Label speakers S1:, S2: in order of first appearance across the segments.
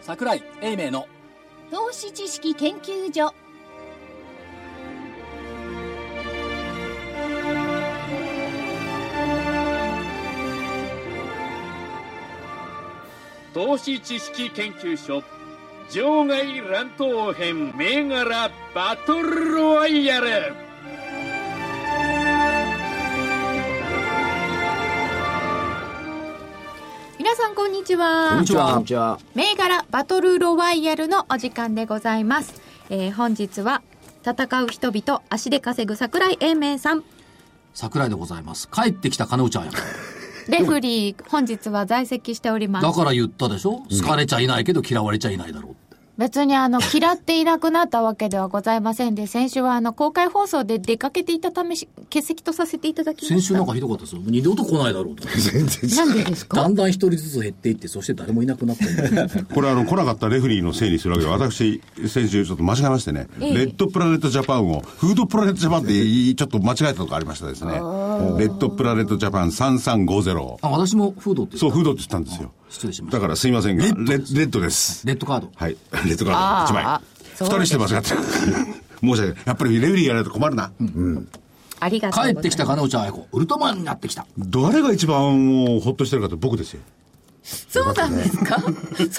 S1: 桜井英明の
S2: 投資知識研究所
S3: 投資知識研究所場外乱闘編銘柄バトルロワイヤル
S4: 皆さんこんにちは。
S5: こんにちは。
S4: 銘柄バトルロワイヤルのお時間でございます。えー本日は戦う人々、足で稼ぐ桜井英明さん。
S5: 桜井でございます。帰ってきた金内ちゃんや。
S4: レフリー、本日は在籍しておりま
S5: だ
S4: す。
S5: から言ったでしょ好かれちゃいないけど嫌われちゃいないだろうって。
S4: 別にあの、嫌っていなくなったわけではございませんで、先週はあの、公開放送で出かけていたためし、欠席とさせていただきました。
S5: 先週なんかひどかったですよ。二度と来ないだろうと。
S6: 全然
S4: なんでです
S5: だ
S4: か
S5: んだん一人ずつ減っていって、そして誰もいなくなって。
S6: これあの、来なかったレフェリーのせいにするわけで、私、先週ちょっと間違えましてね、
S4: ええ
S6: レッドプラネットジャパンを、フードプラネットジャパンって言い、ちょっと間違えたとこありましたですね。レッドプラネットジャパン3350。
S5: あ、私もフードって言
S6: そ
S5: っ
S6: う、
S5: た
S6: フードって言ったんですよ。
S5: 失礼しまし
S6: だ
S5: た。
S6: からすいませんが、レレッドです。
S5: レッドカード。
S6: はい。レッドカード1枚
S4: あ。ー
S6: 二人して間違ってる。申し訳ない。やっぱりレフェリーやらないと困るな。
S4: ありがとうござ
S5: 帰
S4: い
S5: っ
S4: ます。
S5: てきた金内ちゃんやこ。ウルトラマンになってきた。
S6: 誰が一番もうほっとしてるかって僕ですよ。
S4: そうなんですかそんなに、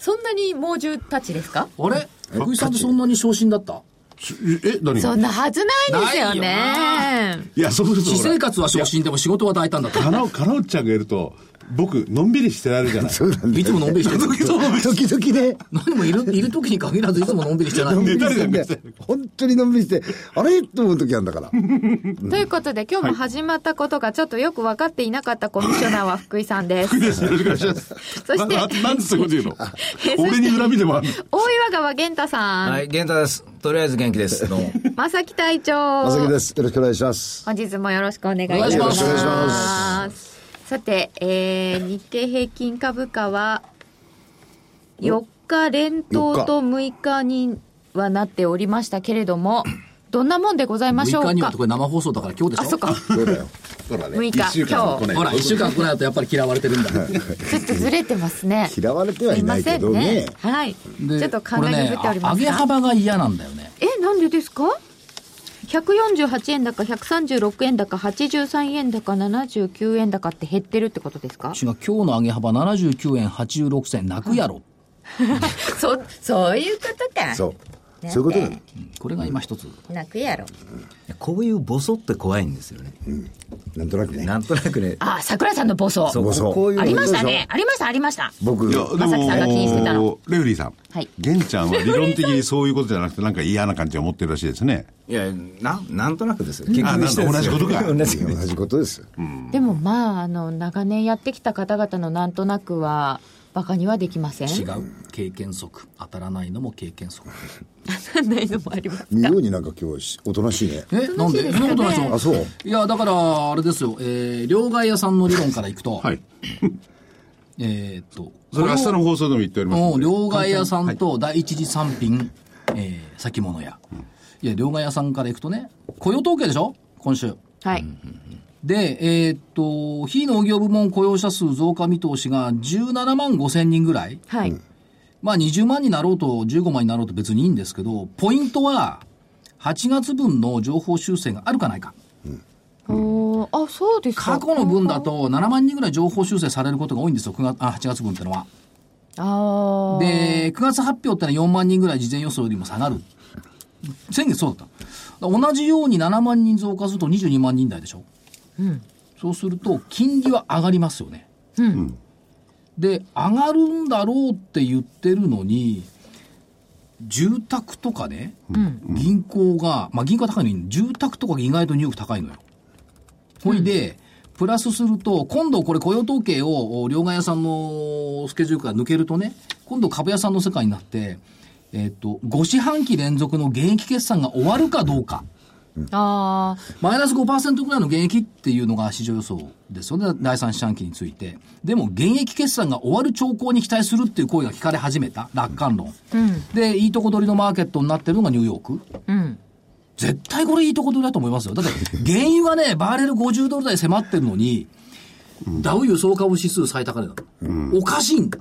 S4: そんなに猛獣たちですか
S5: あれ福井さんってそんなに昇進だった
S6: すえ、何
S4: そんなはずないですよ
S5: ない
S4: ね。
S6: いや、そうすると
S5: 私
S6: ほら。
S5: 生活は昇進でも仕事は大胆だった。
S6: かなお、かなおちゃんがいると、僕、のんびりしてられるじゃない。
S5: いつものんびりしてる。
S7: 時々ね、
S5: 何もいる、い る時に限らずいつものんびりしてない。
S7: のんびり
S6: 誰が
S7: して
S6: 見
S7: ね
S6: せてる、
S7: 本当にのんびりして、あれと思う時あるんだから。
S4: ということで、今日も始まったことがちょっとよく分かっていなかったコミッショナーは福井さんです。
S6: よろしくお願いします。
S4: そして
S6: なななんでそういうこと言うの俺に恨みでもある
S4: 大岩川源太さん、
S8: はい、玄太です。とりあえず元気です。どうも。
S4: 正木隊長。
S7: まさきです。よろしくお願いします。
S4: 本日もよろしくお願いいたし
S5: よ
S4: ま
S5: ろ
S4: す。
S5: しくお願いし
S4: ます。さて、えー、日経平均株価は、4日連投と6日にはなっておりましたけれども、どんなもんでございましょう
S5: 6
S4: か
S5: 日にはこれ生放送だから今日でしょ
S4: あ、そっか。
S7: そうだよ。
S6: そうだね
S4: 六日
S6: 一週間来ない
S5: ほら、一週間来ないとやっぱり嫌われてるんだ。
S4: ちょっとずれてますね。
S7: 嫌われてはいないけど
S4: すい
S7: ね
S4: ま。せんはい。
S5: で
S4: ちょっと考えにぶっておりま
S5: これねあ上
S4: す
S5: げ
S4: が。
S5: 幅が嫌なんだよね。
S4: え、なんでですか ?148 円高、136円高、83円高、79円高って減ってるってことで すか
S5: 違う、今日の上げ幅79円86銭、泣くやろ。
S2: そそういうことか
S7: そう。そういうことだよ
S5: これが今一つ。
S2: 泣くやろ
S8: こういうボソって怖いんですよね。
S7: なんとなくね。
S8: なんとなくね。
S2: あ桜井さんの暴走
S8: そう
S7: ボソ
S8: こういう
S2: ありました
S7: そうでし
S2: ねありましたありました
S7: 僕、
S6: いや、
S7: い
S6: で
S2: 正木さんが気にしてた
S6: も、レフェリーさん。
S2: はい
S6: 玄ちゃんは理論的にそういうことじゃなくて、なんか嫌な感じを持ってるらしいですね。
S8: いや、な、なんとなくですよ。結
S6: あなん
S8: 局
S6: だ同
S8: 一緒ですよ
S6: じことか
S8: 同じ
S7: や同じことですよ。
S4: でもまあ、あの、長年やってきた方々のなんとなくは、バカにはできません。
S5: 違う。経験則。当たらないのも経験則。
S4: ないのもあります。
S7: 妙になんか今日、おとなしいね。
S5: え、なんでそんなことないでしょ
S7: あ、そう。
S5: いや、だから、あれですよ。えー、両替屋さんの理論からいくと、
S6: はい。
S5: えーっと、
S6: それ明日
S5: こ
S6: の放送でも言っております
S5: の
S6: の
S5: うん
S6: で。
S5: 両替屋さんと第一次産品、えー、先物屋。いや、両替屋さんからいくとね、雇用統計でしょ今週。
S4: はい。
S5: で、えーっと、非農業部門雇用者数増加見通しが17万5千人ぐらい。
S4: はい。
S5: まあ20万になろうと15万になろうと別にいいんですけど、ポイントは8月分の情報修正があるかないか。
S4: おーあ、そうです
S5: 過
S4: か。
S5: 去の分だと7万人ぐらい情報修正されることが多いんですよ、9月、あ、8月分ってのは。
S4: ああ。
S5: で、9月発表ってのは4万人ぐらい事前予想よりも下がる。先月そうだった。同じように7万人増加すると22万人台でしょ。そうすると、金利は上がりますよね。で、上がるんだろうって言ってるのに、住宅とかね、銀行が、まあ銀行は高いのに、住宅とかが意外とニューヨーク高いのよ。ほいで、プラスすると、今度これ雇用統計をお両替屋さんのスケジュールから抜けるとね、今度株屋さんの世界になって、えっ、と、5四半期連続の現役決算が終わるかどうか。
S4: あ
S5: マイナス5%ぐらいの減益っていうのが市場予想ですよね、第三四半期について。でも、減益決算が終わる兆候に期待するっていう声が聞かれ始めた、楽観論。で、いいとこ取りのマーケットになってるのがニューヨーク。
S4: あ。うん。
S5: 絶対これいいとこ取りだと思いますよ。だって、原油がね、 バーレル50ドル台迫ってるのに、ダウ輸送株指数最高値だと。おかしいんだ。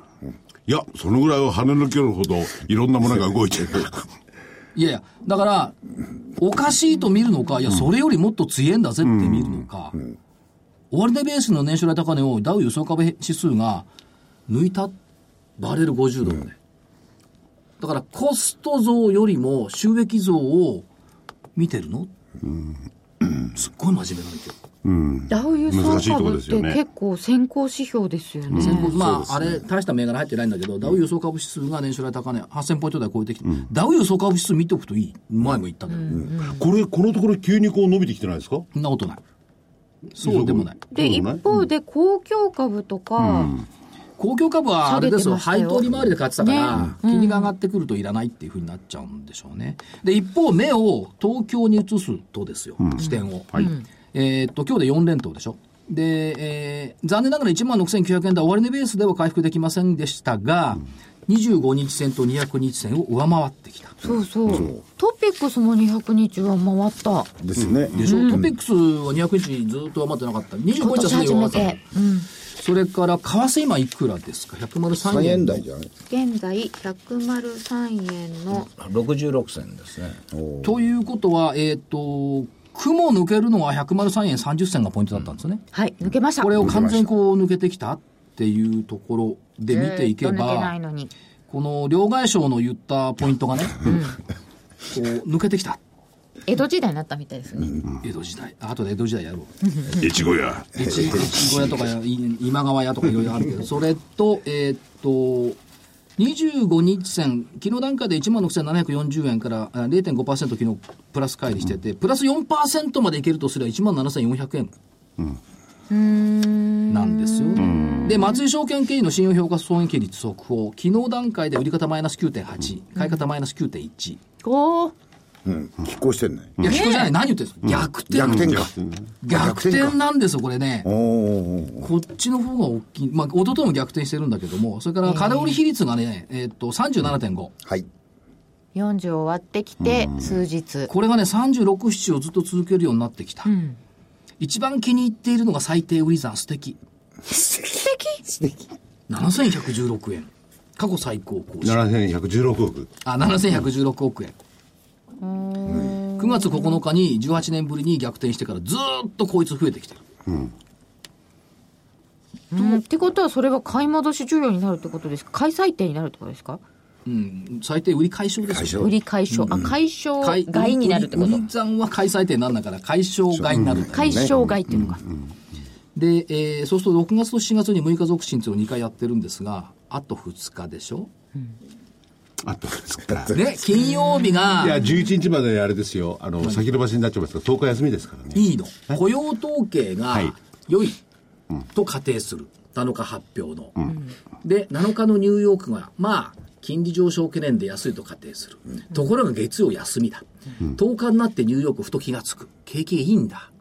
S6: いや、そのぐらいは跳ね抜けるほどいろんなものが動いてる。
S5: いやいや、だから、おかしいと見るのか、いや、それよりもっと強えんだぜって見るのか、終値ベースの年収来高値をダウ予想株指数が抜いたバレル50ドルで。だから、コスト増よりも収益増を見てるのすっごい真面目なんですよ。
S4: ダウ輸
S6: 難し
S4: 送
S6: いとこ
S4: 株
S6: で
S4: っ
S6: すよ
S4: て
S6: ね
S4: 結構先行指標ですよね。
S5: まあ、あれ、大した銘柄入ってないんだけど、ダウ予想株指数が年収来高値8000ポイント台超えてきて、ダウ予想株指数見ておくといい。前も言ったけど、
S6: これ、このところ急にこう伸びてきてないですか
S5: そんなことない。そうでもない。
S4: で、一方で公共株とか、
S5: 公共株はあれですよ、
S4: 下げ
S5: 配
S4: て
S5: 当利
S4: ましたよ
S5: 回りで買ってたから、金利が上がってくるといらないっていうふうになっちゃうんでしょうね。で、一方、目を東京に移すとですよ、視点を。えーっと、今日で4連投でしょ。で、えー残念ながら1万6900円台、終値ベースでは回復できませんでしたが、25日線と200日線を上回ってきた。
S4: そうそう。トピックスも200日は回った。
S7: ですね。
S5: でしょ、トピックスは200日ずっと上回ってなかった。25
S4: 今
S5: 日はす
S4: 年
S5: でに
S4: 初
S5: 上回
S4: め
S5: ってた
S4: て。。うん。
S5: それから、為替今いくらですか ?103 円。
S7: 3円台じゃない
S4: 現在、103円の、
S8: 66銭ですね。
S5: ということは、えっ、と、雲抜けるのは103円30銭がポイントだったんですよね。
S2: はい、抜けました。
S5: これを完全にこう抜けてきたっていうところで見ていけ
S2: ずーっと抜けな
S5: ば
S2: い、のに。
S5: この両替商の言ったポイントがね、こう抜けてきた。
S2: 江戸時代になったみたいですね。
S5: 江戸時代。あとで江戸時代やろう。
S6: 越後屋。
S5: 越越後屋と かい今川屋とかいろいろあるけど、それと、えーっと、25日線、昨日段階で1万6740円からあ0.5%昨日プラス乖離してて、プラス4%までいけるとすれば1万7400円。なんですよ。で、松井証券経由の信用評価損益率速報、昨日段階で売り方マイナス9.8、買い方マイナス9.1。
S4: おー
S7: うん。拮抗してんね。
S5: いや、聞こえじゃない、何言ってるんですか逆転。
S7: 逆転か。
S5: 逆
S7: 逆
S5: 転
S7: 転
S5: なんですよ、これね。
S7: おお。
S5: こっちの方が大きい。まあ、一昨日も逆転してるんだけども、それから、空売り比率がね、えーっと、37.5。
S7: はい。
S4: 40を割ってきて、数日。
S5: これがね、36、7をずっと続けるようになってきた。一番気に入っているのが最低売り算、素敵。素敵素敵 ?7116 円。過去最高更新。
S6: 7116億。
S5: あ、7116億円。9月9日に18年ぶりに逆転してからずーっとこいつ増えてきてる。
S4: うんってことは、それは買い戻し需要になるってことですか買い最低になるってことですか
S5: うん、最低売り解消ですよ
S7: 解消
S4: 売り解消。あ、解消
S5: 買い
S4: 外になるってこ
S5: 売り
S4: と
S5: 売。り算は開催点なんだから、解消外になるんだよ
S4: 解消外っていうのか。
S5: で、えーそうすると6月と7月に6日続進っていうのを2回やってるんですが、あと2日でしょ
S6: あったんですから。い
S5: ね、金曜日
S6: や、
S5: が
S6: 11日まであれですよ。あの、先延ばしになっちゃいますが、10日休みですからね。
S5: いいの。雇用統計が
S6: い
S5: 良いと仮定する。7日発表の。で、7日のニューヨークが、まあ、金利上昇懸念で安いと仮定する。ところが月曜休みだ。10日になってニューヨークふと気がつく。景気いいんだ。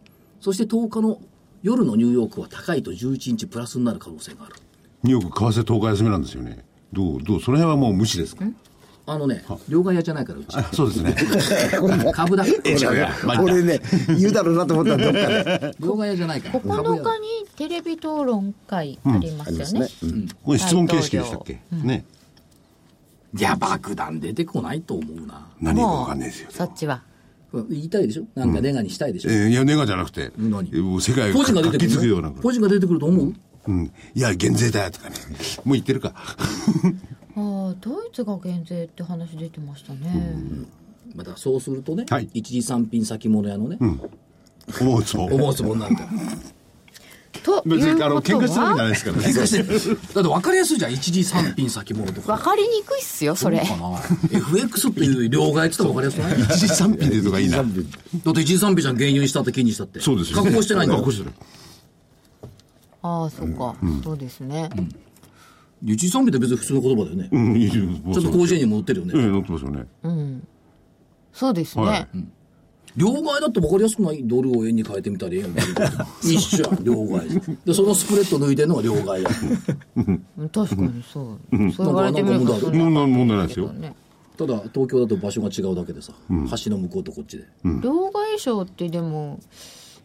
S5: そして10日の夜のニューヨークは高いと11日プラスになる可能性がある。
S6: ニューヨーク為替10日休みなんですよね。どう、どう、その辺はもう無視ですか
S5: あのね、両替屋じゃないから、う ち。
S6: あそうですね。
S5: 株だ。
S7: 俺ね、言うだろうなと思ったらどっかで。
S5: 両替屋じゃないから。
S2: 9日にテレビ討論会ありま
S7: あ
S2: す
S7: りま
S2: よ
S7: す
S2: ね
S7: ね。。うん
S6: これ質問形式でしたっけね。
S5: いや、爆弾出てこないと思うな。
S6: 何かわかんないですよ。
S2: そっちは。
S5: 言いたいでしょなんかネガにしたいでしょ、
S6: えーいや、ネガじゃなくて、
S5: 何
S6: えーもう世界
S5: 個人が出
S6: 活
S5: て
S6: 気
S5: く
S6: づく
S5: る
S6: よう
S5: よ
S6: な。。
S5: 個人が出てくると思う、
S6: うん。いや、減税だよとかね。もう言ってるか。
S2: ああ、ドイツが減税って話出てましたね。
S5: またそうするとね、
S6: はい
S5: 一次産品先物屋のね、
S6: 思うつぼ。
S5: 思うつぼになる から。
S4: と
S6: 別
S4: いう
S6: に、あの、
S4: こと
S6: 喧嘩してるわ
S4: は、
S6: けじゃないですからね。
S5: だって分かりやすいじゃん、一次産品先物とか。
S4: わかりにくいっすよ、それ。
S5: かな FX っていう両替って言ったら分かりやすくない
S6: 一時三品でとかいいな。
S5: だって一次産品じゃん、原油にしたって金にしたって。
S6: そうですよ。
S5: 加工してないんだ
S6: 加
S5: よ
S6: 工。してない。
S4: ああ、そうか。そうですね。
S5: 一次産品って別に普通の言葉だよね。
S6: うん、いい
S5: ちょっと工場にも売ってるよね。
S6: ええ、乗ってますよね。
S4: そうですね。
S6: はい
S5: 両替だって分かりやすくないドルを円に変えてみたり円を変えてみたり 一緒やん両替でそのスプレッド抜いてるのが両替や
S4: 確かにそう。そう言われてみる
S5: な
S4: と
S5: んか
S4: そ
S5: なんん
S4: な
S6: 問題問題ないですよ。
S4: ね。
S5: ただ東京だと場所が違うだけでさ、橋の向こうとこっちで、
S4: 両替商ってでも、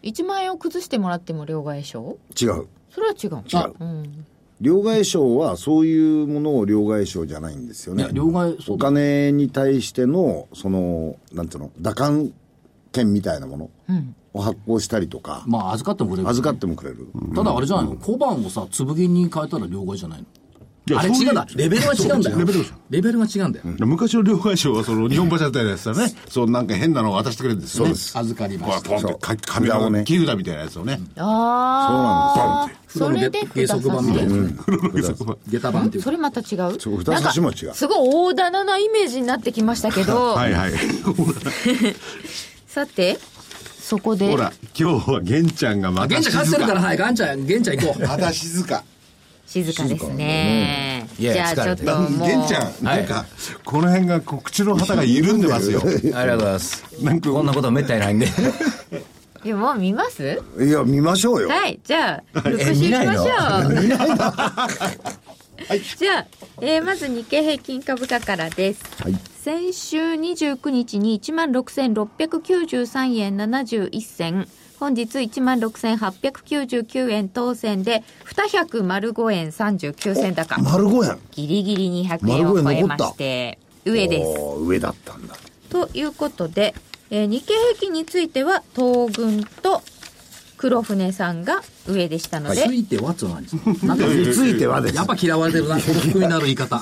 S4: 1万円を崩してもらっても両替商
S7: 違う。
S4: それは違う。
S5: あ
S4: うん。
S7: 両替商はそういうものを両替商じゃないんですよね。
S5: いや両替そう
S7: お金に対しての、その、なんていうの、打感券みたいなものを発行したりとか、
S5: まあ預かってもくれる
S7: 預かってもくれる。
S5: ただあれじゃないの、小判をさ粒銀に変えたら両替じゃないのあれ
S6: そうい
S5: 違
S6: う
S5: うんだレベルが違うんだよ
S6: そうレベル
S5: レベルが違うんだよ、
S6: 昔の両替商はその日本柱みたいなやつだね。そうなんか変なのを渡してくれるんですよね。
S7: そうです
S5: 預かりま
S6: こ
S5: し
S6: う
S5: た
S6: ポンってか紙
S7: 札を
S6: の
S7: ね
S6: 木札みたいなやつをね。
S2: ああ
S5: そうなんですよ
S2: それで
S5: 黒の下足版みたいな、下駄版っていう
S2: そ
S5: か
S2: れまた違う
S7: そう札差しも違
S2: な
S7: う
S2: んかすごい大棚なイメージになってきましたけど、
S6: はいはい。
S4: さて
S2: そこで
S6: ほら、今日は玄ちゃんがま
S5: あ
S6: た
S5: 玄ちゃん勝ってるからはい玄ちゃん玄ちゃん行こう
S8: また静か。
S4: 静かですね
S8: いや
S4: じゃあちょっ
S8: 疲れてる
S4: ともう
S6: 玄ちゃん、なんか、この辺がこう口の肌が緩んでますよ。
S8: ありがとうございます。
S6: なんか
S8: こんなことめったにないんで。
S4: いやもう見ます
S7: いや、見ましょうよ。
S4: はいじゃあ復習しましょう じゃあ、えーまず日経平均株価からです、先週29日に1万6693円71銭本日1万6899円当選で200丸5円39銭高
S7: 丸5円。
S4: ギリギリ200円を超えまして上です
S7: おー上だったんだ。
S4: ということで、えー日経平均については東軍と黒船さんが上でしたので、
S5: ついてはつはなんか
S7: ついてはです
S5: やっぱ嫌われてるな、この服になる言い方。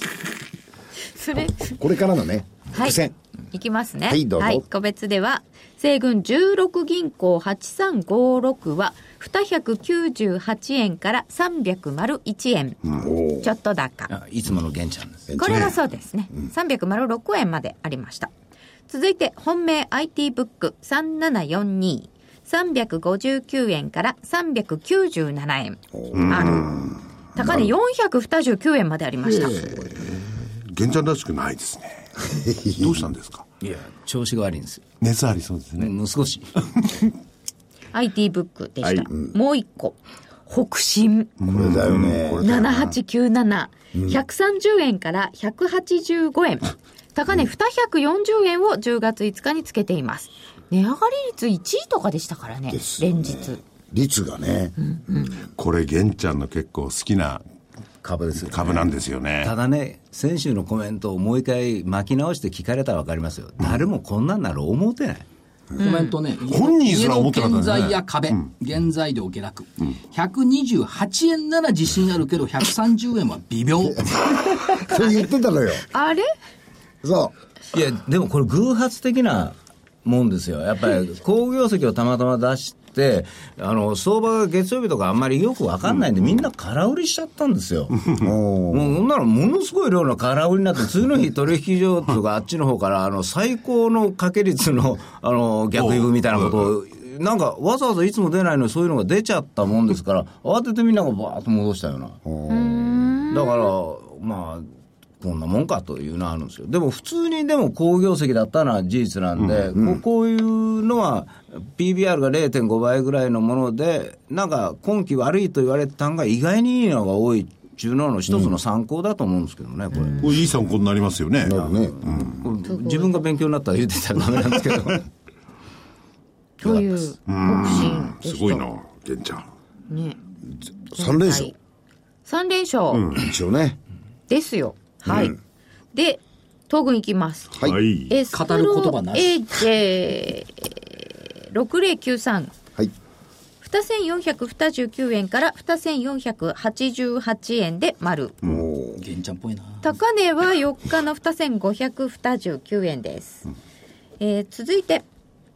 S4: それ
S7: これからのね、
S4: はい
S7: 伏線。
S4: いきますね
S7: はいどうぞ
S4: 個別では西軍16銀行8356は298円から301円、ちょっと高
S8: あいつもの玄ちゃんです。
S4: これがそうですね。306円までありました。続いて、本命 IT ブック3742。359円から397円ある。高値429円までありました。
S6: 玄ちゃんらしくないですね。どうしたんですか
S8: いや、調子が悪いんですよ。
S6: 熱ありそうですね。
S8: もう少し。
S4: IT ブックでした。もう一個。北進。
S7: これだよね。
S4: 7897。130円から185円。高値240円を10月5日につけています。値上がり率1位とかでしたからね。
S7: すよ
S4: 連
S7: ね
S4: 日。
S7: 率がね、
S6: これ玄ちゃんの結構好きな
S8: 株ですよね
S6: 株なんですよね。
S8: ただね、先週のコメントをもう一回巻き直して聞かれたらわかりますよ。誰もこんなんなら思うてない。
S5: コメントね。
S6: 本人すら思ってなかったね
S5: 家の建材や壁、原材料下落。128円なら自信あるけど、130円は微妙。
S7: そう言ってたのよ。
S4: あれ
S7: そ
S8: いや、でもこれ偶発的なもんですよ。やっぱり、好業績をたまたま出して、あの、相場が月曜日とかあんまりよくわかんないんで、みんな空売りしちゃったんですよ。
S7: う。もう
S8: もうほんならものすごい量の空売りになって、次の日取引所とかあっちの方から、あの、最高の掛け率の、あの、逆輸入みたいなことを、なんかわざわざいつも出ないのにそういうのが出ちゃったもんですから、慌ててみんながバーッと戻したような。だから、まあ、こんなもんかというのはあるんですよ。でも普通にでも好業績だったのは事実なんで、ここういうのは PBR が0.5倍ぐらいのもので、なんか今期悪いと言われてたんが意外にいいのが多いっていうのの一つの参考だと思うんですけどね、これ。
S6: これいい参考になりますよね。
S7: なるね。
S8: これ自分が勉強になったら言ってたらダメなんですけど。
S4: という北進でした
S6: すごいな、玄ちゃん。
S4: ね
S7: 3連勝。
S4: 3連勝
S7: 一応ね。
S4: ですよ、はいで東軍いきます
S6: はい。
S4: エス
S5: 語る言葉なし
S4: エージェ6093
S7: はい。
S4: 2429円から2488円で丸、
S5: 玄ちゃんっぽいな。
S4: 高値は4日の2529円です、えー続いて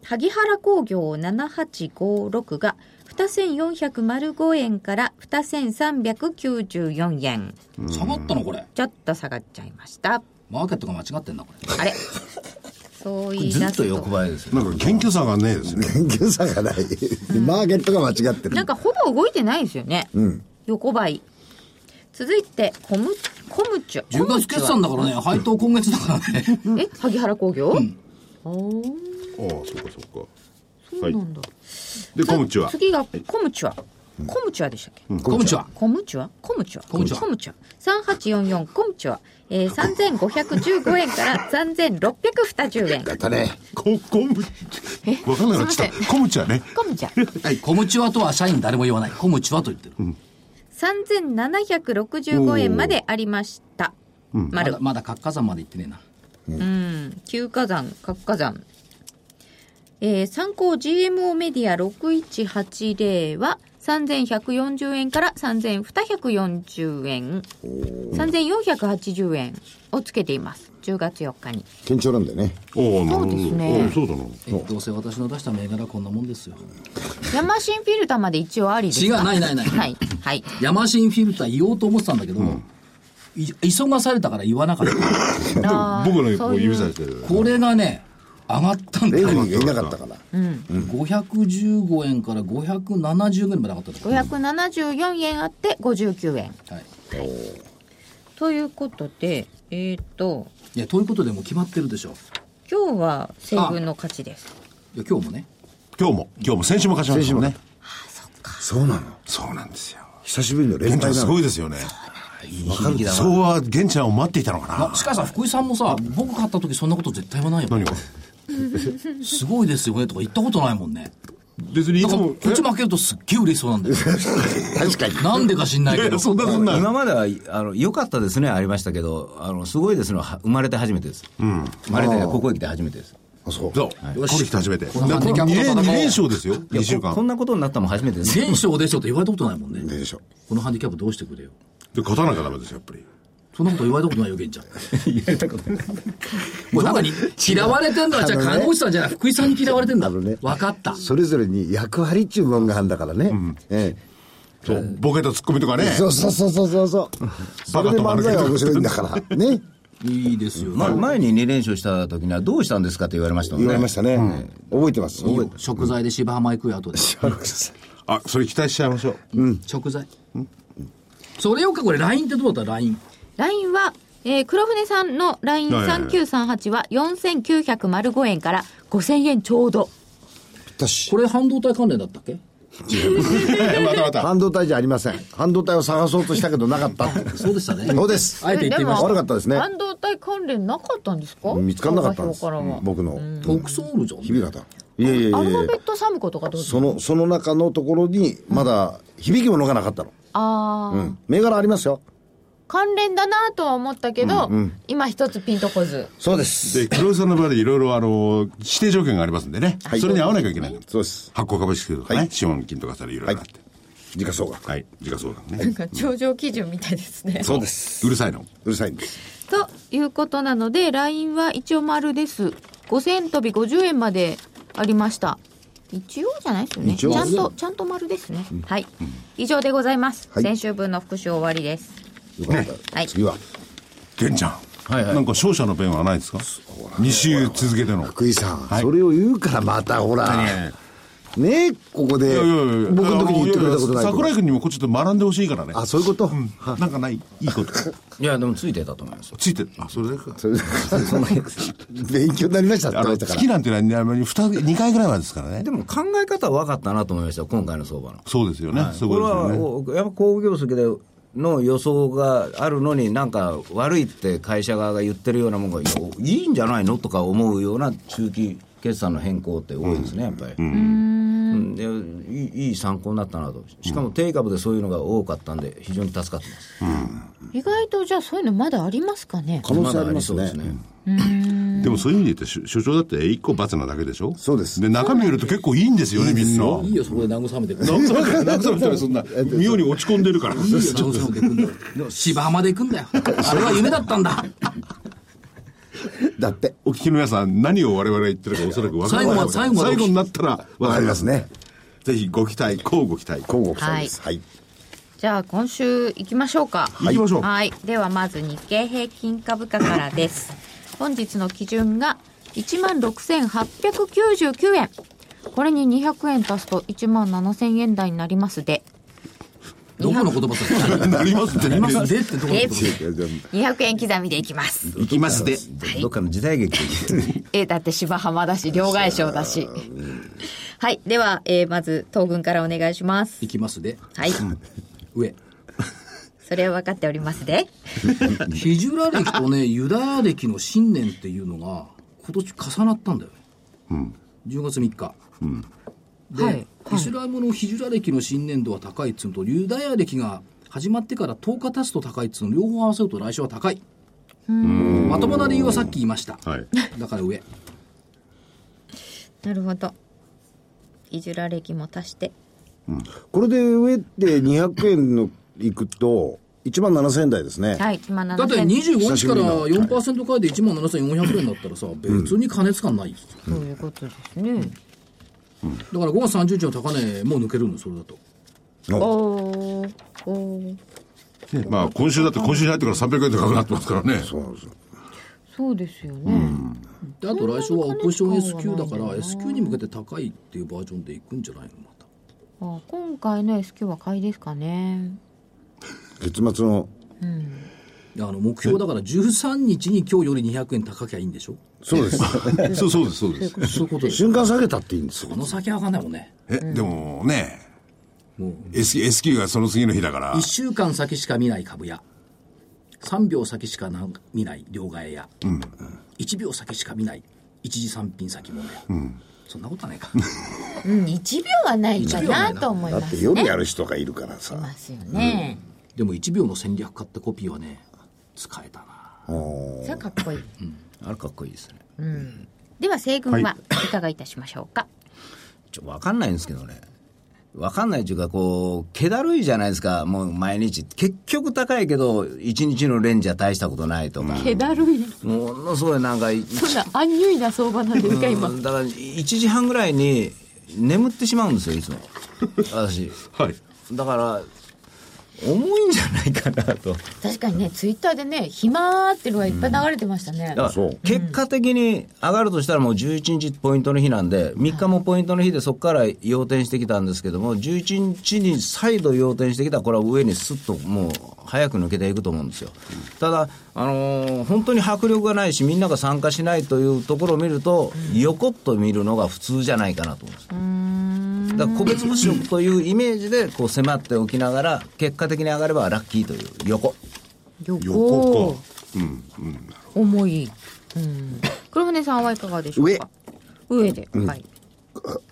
S4: 萩原工業7856が2405円から2394円
S5: 下がったのこれ。
S4: ちょっと下がっちゃいました
S5: マーケットが間違ってんな、これ。
S4: あれそう言い
S8: ず
S4: 出
S8: っと
S4: す
S8: 横
S4: と
S8: ばいですよ。
S6: なんか謙虚さがねえですね。
S7: 研究差がない。マーケットが間違ってる。
S4: なんかほぼ動いてないですよね、横ばい続いてコムコムチュ
S5: 10月決算だからね、配当今月だからね。
S4: え萩原工業、おー
S6: ああ、そうかそうか。
S4: そうなんだ、
S6: で、コムチは。
S4: 次がコムチュア、コムチュアでしたっけ、
S5: こんにちは。
S4: コムチュアコムチュアコ
S5: ムチュア
S4: 三八四四コムチュア、えー、3515円から3620円
S7: だね。
S6: こ、コム、わかんなくなっちゃっ
S4: すいま
S6: た。コムチはね。
S4: コムチュア
S5: はい、こむちはとは社員誰も言わない。こむちはと言ってる。
S4: 3765円までありました。
S5: ま
S4: 丸
S5: だ。まだ活火山まで行ってねえな
S4: うん。旧火山、核火山。えー参考 GMO メディア6180は3140円から3240円、3480円をつけています。10月4日に。
S7: 堅調なんだよね。
S6: おおなる
S4: そ
S6: ほ
S4: う
S6: ど
S4: ですね
S6: おーそうだな
S5: えどうせ私の出した銘柄こんなもんですよ
S4: ヤマシンフィルターまで一応ありです
S5: 違
S4: か
S5: うないないない
S4: はい。はい。
S5: ヤマシンフィルター言おうと思ってたんだけど、い急がされたから言わなかった
S4: あー
S6: 僕の
S4: そ
S6: こ
S4: う
S6: う
S4: いう
S6: 指さしてる
S5: これがね上がったんだ
S7: レフ
S5: よ
S7: ェリーがいなかったから。
S5: 515円から570円ぐらいまで上がったんだよ
S4: 574円あって59円。
S5: はい、
S4: ということで、えっ、と、
S5: いやということでもう決まってるでしょ
S4: 今日は西軍の勝ちです。
S5: いや今日もね
S6: 今日も今日も先週も勝ちましたもんね
S7: そうなの
S6: そうなんですよ
S7: 久しぶりの連
S6: 玄
S7: 敗
S6: ちゃ
S7: な
S6: す
S7: んの
S6: ごいですよね
S5: いい響きだ
S6: そうは玄ちゃんを待っていたのか
S5: な
S6: な
S5: しかしさ福井さんもさ僕買った時そんなこと絶対言わないよ
S6: 何が
S5: すごいですよねとか言ったことないもんね
S6: 別にい
S5: だ
S6: つ
S5: から
S6: も
S5: こっち負けるとすっげえ嬉しそうなんだよ確かになんでか知んない
S6: いや
S5: けど
S6: いやそんなそん な
S8: 今まではあの良かったですねありましたけどあのすごいですのは生まれて初めてです、生まれてここへ来て初めてです
S7: あそう
S6: そう、これ来て初めて。だから
S5: な感じで
S6: 2連
S5: 逆の戦い
S6: 二連勝ですよ、2週間
S8: こ。んなことになったのも初めてです
S5: 全勝でしょって言われたことないもんね
S7: でしょ
S5: このハンディキャップどうしてくれよ
S6: で、勝たなきゃダメですよ、やっぱり。
S5: そんなこと言われたことないよ、玄ちゃん。言われたことない。嫌われてんだじゃあ、
S7: あのね
S5: 看護師さんじゃない、福井さんに嫌われてんだ。
S7: のね
S5: 分かった。
S7: それぞれに役割っちゅうもんがあんだからね、え
S6: そう、ボケとツッコミとかね
S7: え、そうそうそうそうそうそうそれで漫才は面白いんだからね
S5: いいですよ。
S8: ま前に2連勝した時にはどうしたんですかって言われましたもんね
S7: 言われましたね、覚えてます覚えて
S5: 食材で芝浜行くよ、後で。
S7: ます
S6: あ、それ期待しちゃいましょう。
S5: 食材。それよか、これ、LINE ってどうだった ?LINE。
S4: LINE は、えー黒船さんの
S6: はいはいはい
S4: LINE3938 は4905円から5000円ちょうど。
S7: ぴったし
S5: これ、半導体関連だったっけ
S6: またまた。
S7: 半導体じゃありません半導体を探そうとしたけどなかった
S5: そうでしたね。
S7: そうです
S5: あえて言ってみまし
S7: 悪かったですね
S4: 半導体関連なかったんですか
S7: 見つからなかったんです
S4: 相場表からは
S7: 僕の
S5: た。特装あるじゃん。
S7: 響き方いやいやいや
S4: アル
S7: い
S4: ファベ
S7: や
S4: ットサムコとかどうです
S7: そ
S4: か
S7: のその中のところにまだ響きものがなかったの、
S4: あー、
S7: うん、銘柄ありますよ
S4: 関連だなとは思ったけど、今一つピンとこず。
S7: そうです
S6: で、黒井さんの場合、いろいろ、あの、指定条件がありますんでね。それに合わなきゃいけないの。
S7: そうです
S6: 発行株式とか
S7: は
S6: ね
S7: い、
S6: 資本金とかそれいろいろあって。
S7: 時価総額
S6: はい、自家総額
S4: なん
S6: ね。
S4: か上場基準みたいですね。
S7: そうです
S6: うるさいの。
S7: うるさいんです
S4: ということなので LINE は一応丸です5000飛び50円までありました一応じゃないですよね
S7: 一
S4: ち
S7: 応
S4: ゃんとちゃんと丸ですね、はい以上でございます、
S7: はい
S4: 先週分の復習終わりです
S7: よかった、
S4: はい
S7: 次は
S6: 玄ちゃん。
S8: はいはい
S6: なんか勝者の弁はないですか ?2 週続けての。
S7: 福井さん、
S6: はい
S7: それを言うからまたほら、ねここ
S6: い
S7: で
S6: やいやいや
S7: 僕の時に言ってくれたことないと
S6: 桜井君にもこうちょっと学んでほしいからね。
S7: あそういうこと、
S6: なんかないいい こと。
S8: いやでもついてたと思います
S6: ついてる。あ、それだけか。
S7: それ勉強になりましたって
S6: あ
S7: 言わ
S6: の
S7: れたか
S6: 月
S7: ら
S6: なんてのはね、あの二二回ぐらいなんですからね
S8: で。も考え方は分かったなと思いましたよ今回の相場の
S6: そうですよね。すごいですよね。
S8: これはおやっぱ工業績での予想があるのになんか悪いって会社側が言ってるようなもんがいやいいんじゃないのとか思うような中期決算の変更って多いですね、やっぱり。うんでいいいい参考になったなと、しかも定株でそういうのが多かったんで、非常に助かってます、
S4: 意外とじゃあそういうのまだありますかね
S7: 可能性あります
S8: だ
S7: ね
S8: ありそうですね、
S6: でもそういう意味で言ったら、所所長だって一個罰なだけでしょ
S7: そうです
S6: で、中身見ると結構いいんですよね、みんな。
S5: いいよ、そこで慰めてくれ。いいよ、
S6: 慰めて、慰めたらそんな、妙に落ち込んでるから。
S5: 慰めてくんだよ。でも芝浜で行くんだよ。あれは夢だったんだ。
S7: だって
S6: お聞きの皆さん、何を我々が言ってるかおそらく分からな
S5: 最
S6: い。
S5: 後は最後まで
S6: 最後になったら分
S7: わ
S6: か
S7: か
S6: り
S7: り
S6: ま
S7: ますす
S6: ね。
S7: ね
S6: ぜひご期待、乞うご期待。
S7: 交互期待ですはい、
S4: じゃあ今週行きましょうか
S6: 行きましょう
S4: はいではまず日経平均株価からです本日の基準が1万6899円これに200円足すと1万7000円台になりますで
S5: どこの言葉だっ
S6: なりますっ
S5: た
S6: てね。
S5: 今すでってどこの言
S4: え
S5: 葉
S4: 200円刻みでいきます
S6: 行きますで。
S8: どどっかの時代劇で、
S4: えだって芝浜だし両替商だしはいでは、えーまず東軍からお願いします
S5: 行きますで。
S4: はい
S5: 上。
S4: それは分かっておりますで
S5: ヒジュラ歴とね、ユダヤ歴の新年っていうのが、今年重なったんだよね。10月3日。で、
S4: はいはい
S5: イスラムのヒジュラ歴の新年度は高いっつうのと、ユダヤ歴が8始まってから10日経つと高いっつうの両方合わせると来週は高いまともな理由はさっき言いました、
S6: はい
S5: だから上
S4: なるほどいじら歴も足して
S7: これで上って200円のいくと、1万7000円台ですね。
S4: はい今7
S5: だって
S4: 千
S5: 25日から
S7: 久しぶりだ
S5: 4%変えで1万7400円だったらさ別に過熱感ないよ
S2: そういうことですね。
S5: だから5月30日の高値もう抜けるのそれだと
S7: お
S4: おーおー
S6: まあ今週だって今週に入ってから300円高くなってますからね
S7: そうなんですよ
S2: そうですよね。
S5: であと来週はオプション S q だから
S2: そんなに
S5: S q に向けて高いっていうバージョンでいくんじゃないのまた
S2: あ今回の S q は買いですかね。
S7: 月末の、
S5: いやあの目標だから13日に今日より200円高きゃいいんでしょ
S7: そうです。
S6: そうそうですそうです
S5: そういうことです
S7: 瞬間下げたっていいんですよ
S5: こ。の先わかんないもんね
S6: えでもね
S5: もう
S6: S, S q がその次の日だから
S5: 1週間先しか見ない株や3秒先しかな見ない両替や、1秒先しか見ない一次産品先もや、そんなことはないか
S2: うん、1秒はないかなと思い
S7: だ
S2: ま
S7: って
S2: すね。
S7: 夜やる人がいるから
S2: い
S7: さ
S2: ま。すよね。
S5: でも1秒の戦略家ってコピーはね使えたな
S7: おー
S2: じゃあかっこいい。
S8: あれかっこいいですね
S4: では西軍はいかがいたしましょうか、
S8: ちょ分かんないんですけどね分かんないというかこう気だるいじゃないですかもう毎日結局高いけど1日のレンジは大したことないとか、
S1: 気だるい。
S8: ものすごいなんかい
S1: そんな、安ュイな相場なんですか、今。
S8: だから1時半ぐらいに眠ってしまうんですよいつも私
S6: はい
S8: だから重いんじゃないかなと
S2: 確かにね、ツイッターでね、暇ーってるはいっぱい流れてましたね。
S8: だから結果的に上がるとしたらもう11日ポイントの日なんで3日もポイントの日でそこから要点してきたんですけども11日に再度要点してきたらこれは上にスッともう早く抜けていくと思うんですよただ、あのー本当に迫力がないしみんなが参加しないというところを見ると横っと見るのが普通じゃないかなと思うんですだから個別物色というイメージでこう迫っておきながら結果的に上がればラッキーという横
S6: 横か
S2: 重い。うん。黒船さんはいかがでしょうか上で。はい。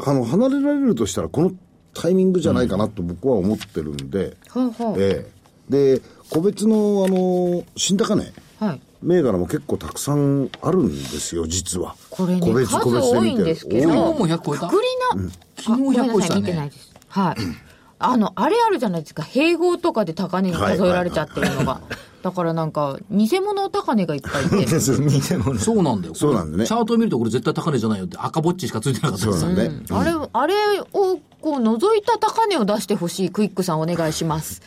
S7: あの、離れられるとしたら、このタイミングじゃないかなと僕は思ってるんで、
S2: ほうほう。
S7: ええで、個別の、あの、新高値、
S2: はい。
S7: 銘柄も結構たくさんあるんですよ、実は。
S2: これね、
S7: 個別
S2: 数
S7: 個別で
S2: 多
S7: 見て
S2: いんですけど、
S7: 多い
S5: 昨日も100超えた
S2: 隔離な、
S5: 昨日
S2: あごめんなさ
S5: 100超え
S2: い
S5: たね
S2: 見てないです。はい。あの、あれあるじゃないですか、併合とかで高値に数えられちゃってるのが。だからなんか、偽物高値がいっぱいい て。
S5: そうなんだよ
S7: そうなん
S5: こ
S7: だね
S5: れチャートを見るとこれ絶対高値じゃないよって赤ぼっちしかついてなかった
S7: そう
S5: です
S7: なんで、
S2: あれ、あれを、こう、覗いた高値を出してほしい。クイックさんお願いします。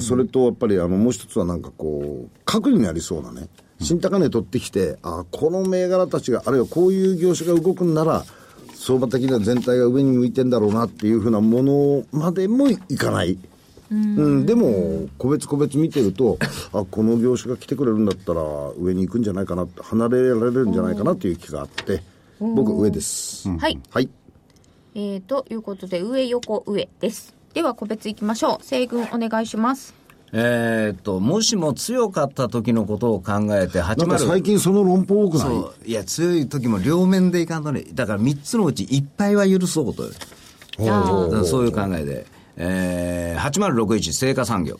S7: それとやっぱりあのもう一つはなんかこう核になりそうなね新高値取ってきてあこの銘柄たちがあるいはこういう業種が動くんなら相場的には全体が上に向いてんだろうなっていうふうなものまでもいかない。うん、でも個別個別見てるとあこの業種が来てくれるんだったら上に行くんじゃないかな離れられるんじゃないかなという気があって僕上です、
S4: はい
S7: はい
S4: えー、ということで上横上ですでは個別いきましょう西軍お願いします
S8: えーっともしも強かった時のことを考えて
S7: なんか最
S8: 80
S7: 近その論法多くない
S8: そういや強い時も両面でいかんとねだから3つのうちいっぱいは許そうとだからそういう考えで、えー、8061成果産業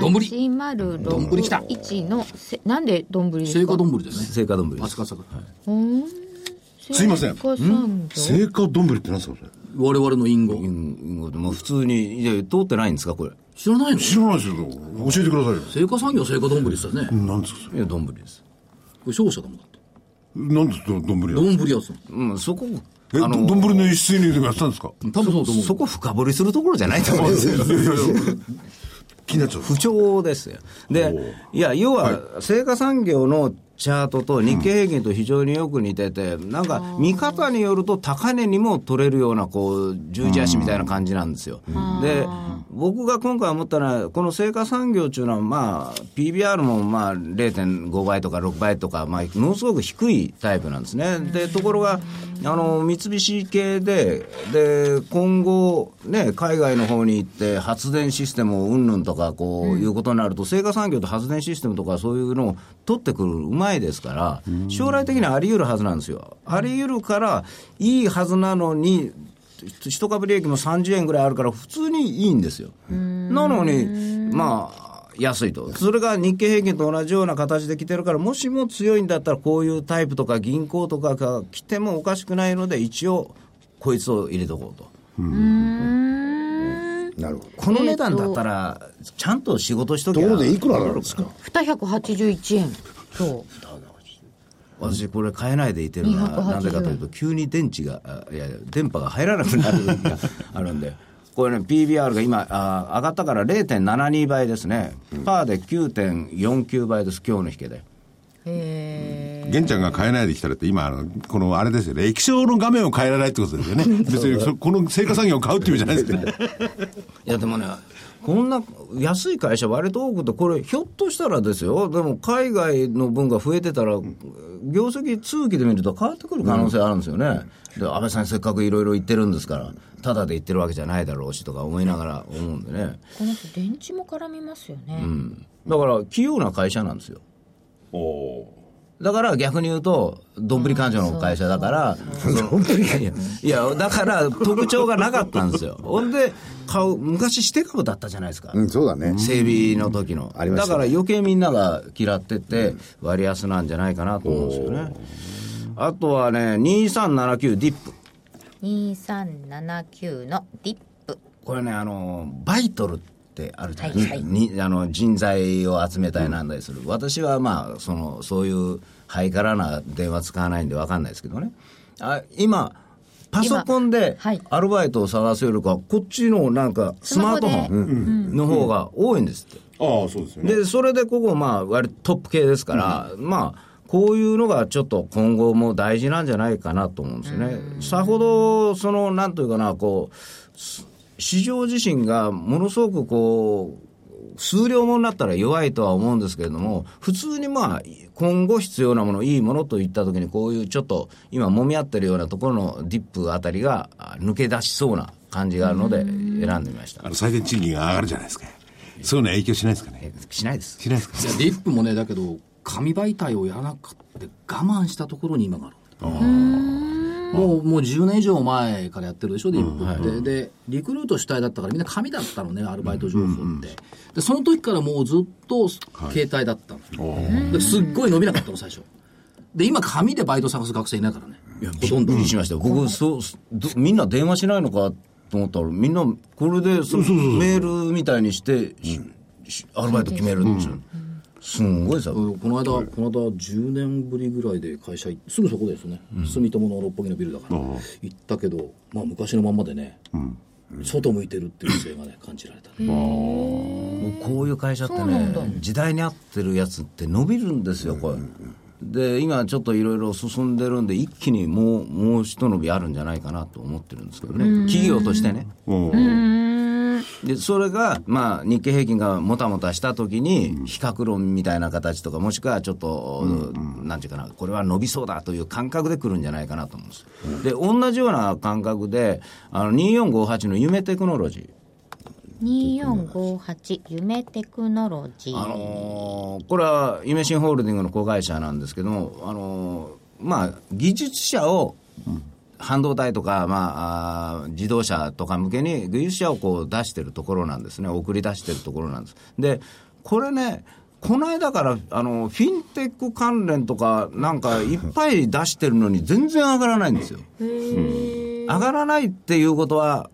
S5: どんぶり
S4: ど
S5: どんぶりきた
S4: 1のせなんでどんぶりです
S5: 成
S4: か
S5: 果丼ですね
S8: 成果丼です
S5: 扱ったから
S6: すいませ
S2: 成
S6: ん
S2: 果産業
S6: 成果丼って何ですかそれ
S5: 我々の隠
S8: う
S5: 語
S8: んうんもう普通にいや通ってないんですかこれ
S5: 知らないの
S6: 知らないですよ教えてくださいよ
S5: 成果産業成果丼ですよね、こ
S6: 何ですか
S8: いや丼です
S5: れ商社だもんだって
S6: 何ですか丼や
S5: 丼やつな
S8: うんそこ
S6: えど丼の輸出入でもやってたんですか
S5: の多分そうだと思う
S8: そこ深掘りするところじゃないと思うんですよ
S6: 気になっちゃう
S8: 不調ですよ。で、いや、要は、成果産業のチャートと日経平均と非常によく似てて、なんか、見方によると高値にも取れるような、こう、十字足みたいな感じなんですよ。で、僕が今回思ったのは、この成果産業っていうのは、まあ、PBR もまあ、0.5倍とか6倍とか、まあ、ものすごく低いタイプなんですね。で、ところが、あの三菱系でで今後、ね、海外の方に行って発電システムをうんぬんとかこういうことになると、成果産業って発電システムとかそういうのを取ってくるうまいですから将来的にはあり得るはずなんですよ。あり得るからいいはずなのに一株利益も30円ぐらいあるから普通にいいんですよ。なのにまあ、安いと。それが日経平均と同じような形で来てるから、もしも強いんだったら、こういうタイプとか銀行とかが来てもおかしくないので、一応、こいつを入れとこうと。
S7: なるほど。
S8: この値段だったら、ちゃんと仕事しと
S7: と
S8: きゃ
S7: ころでいくらなんですか
S2: 281円そう
S8: 私これ変えないでいてるのは
S2: 280
S8: なんでかというと急に電池があいやいや電波が入らなくなる時が あるんでこれね PBR が今あ上がったから0.72倍ですね、パーで9.49倍です今日の引けで
S6: 玄ちゃんが変えないできたらって、今、あのこのあれですよね、液晶の画面を変えられないってことですよね。別に そ、この成果産業を買うっていう意味じゃないですね。
S8: いやでもねこんな安い会社割と多くてこれひょっとしたらですよでも海外の分が増えてたら業績通期で見ると変わってくる可能性あるんですよね、で安倍さんせっかくいろいろ言ってるんですからただで言ってるわけじゃないだろうしとか思いながら思うんでね、
S2: この人電池も絡みますよね、
S8: だから器用な会社なんですよだから逆に言うとどんぶり勘定の会社だからそのいやいやだから特徴がなかったんですよほんで買う昔して株だったじゃないですか、
S7: うん、そうだね。
S8: 整備の時の、
S7: ありまし
S8: だ
S7: たね
S8: から余計みんなが嫌ってて、割安なんじゃないかなと思うんですよねあとはね2379ディップ
S4: 2379のディップ
S8: これねあのバイトルってあるじゃないですか、にあの人材を集めたりなんだりする、私はまあそのそういうハイカラな電話使わないんで分かんないですけどねあ今パソコン
S4: 今
S8: で
S4: はい
S8: アルバイトを探すよりかはこっちのなんかスマートフォンの方が多いんですって、
S6: ああ、そうですよ。
S8: でそれでここまあ割とトップ系ですから、まあこういうのがちょっと今後も大事なんじゃないかなと思うんですよね。さほどそのなんというかなこうす市場自身がものすごくこう数量ものになったら弱いとは思うんですけれども普通にまあ今後必要なものいいものといった時にこういうちょっと今揉み合ってるようなところのディップあたりがあ抜け出しそうな感じがあるので選んでみました
S6: あ。の、最低賃金が上がるじゃないですか。そういうのは影響しないですかね。
S8: しないです。
S6: しないですか
S5: いやディップもねだけど紙媒体をやらなくて我慢したところに今があるもうもう10年以上前からやってるでしょ、ディップって、で、リクルート主体だったから、みんな紙だったのね、アルバイト情報って、でその時からもうずっと携帯だったの、ですっごい伸びなかったの、最初、で今、紙でバイト探す学生いないからね、
S8: ほとんどしましたよ僕そうすどみんな電話しないのかと思ったらみんなこれでそメールみたいにして、ししアルバイト決めるんですよ、すんごいさ、
S5: うんこの間、この間10年ぶりぐらいで会社行ってすぐそこですね、住友の六本木のビルだから、行ったけど、まあ、昔のまんまでね、外向いてるっていう姿勢がね、感じられたね、
S8: もうこういう会社ってね時代に合ってるやつって伸びるんですよこれ、で今ちょっといろいろ進んでるんで一気にもうもう一伸びあるんじゃないかなと思ってるんですけどね、企業としてね、
S6: うん。
S8: でそれが、まあ、日経平均がもたもたしたときに、比較論みたいな形とか、もしくはちょっと、なんていうかな、これは伸びそうだという感覚で来るんじゃないかなと思うんです、で同じような感覚で、あの2458の夢テクノロジー。
S4: 2458夢テクノロジ
S8: あ
S4: ー
S8: のーこれは夢新ホールディングの子会社なんですけども、あのーまあ、技術者を半導体とか、まあ、あー自動車とか向けに技術者をこう出してるところなんですね、送り出してるところなんです。でこれねこの間からあのフィンテック関連とかなんかいっぱい出してるのに全然上がらないんですよ。上がらないっていうことは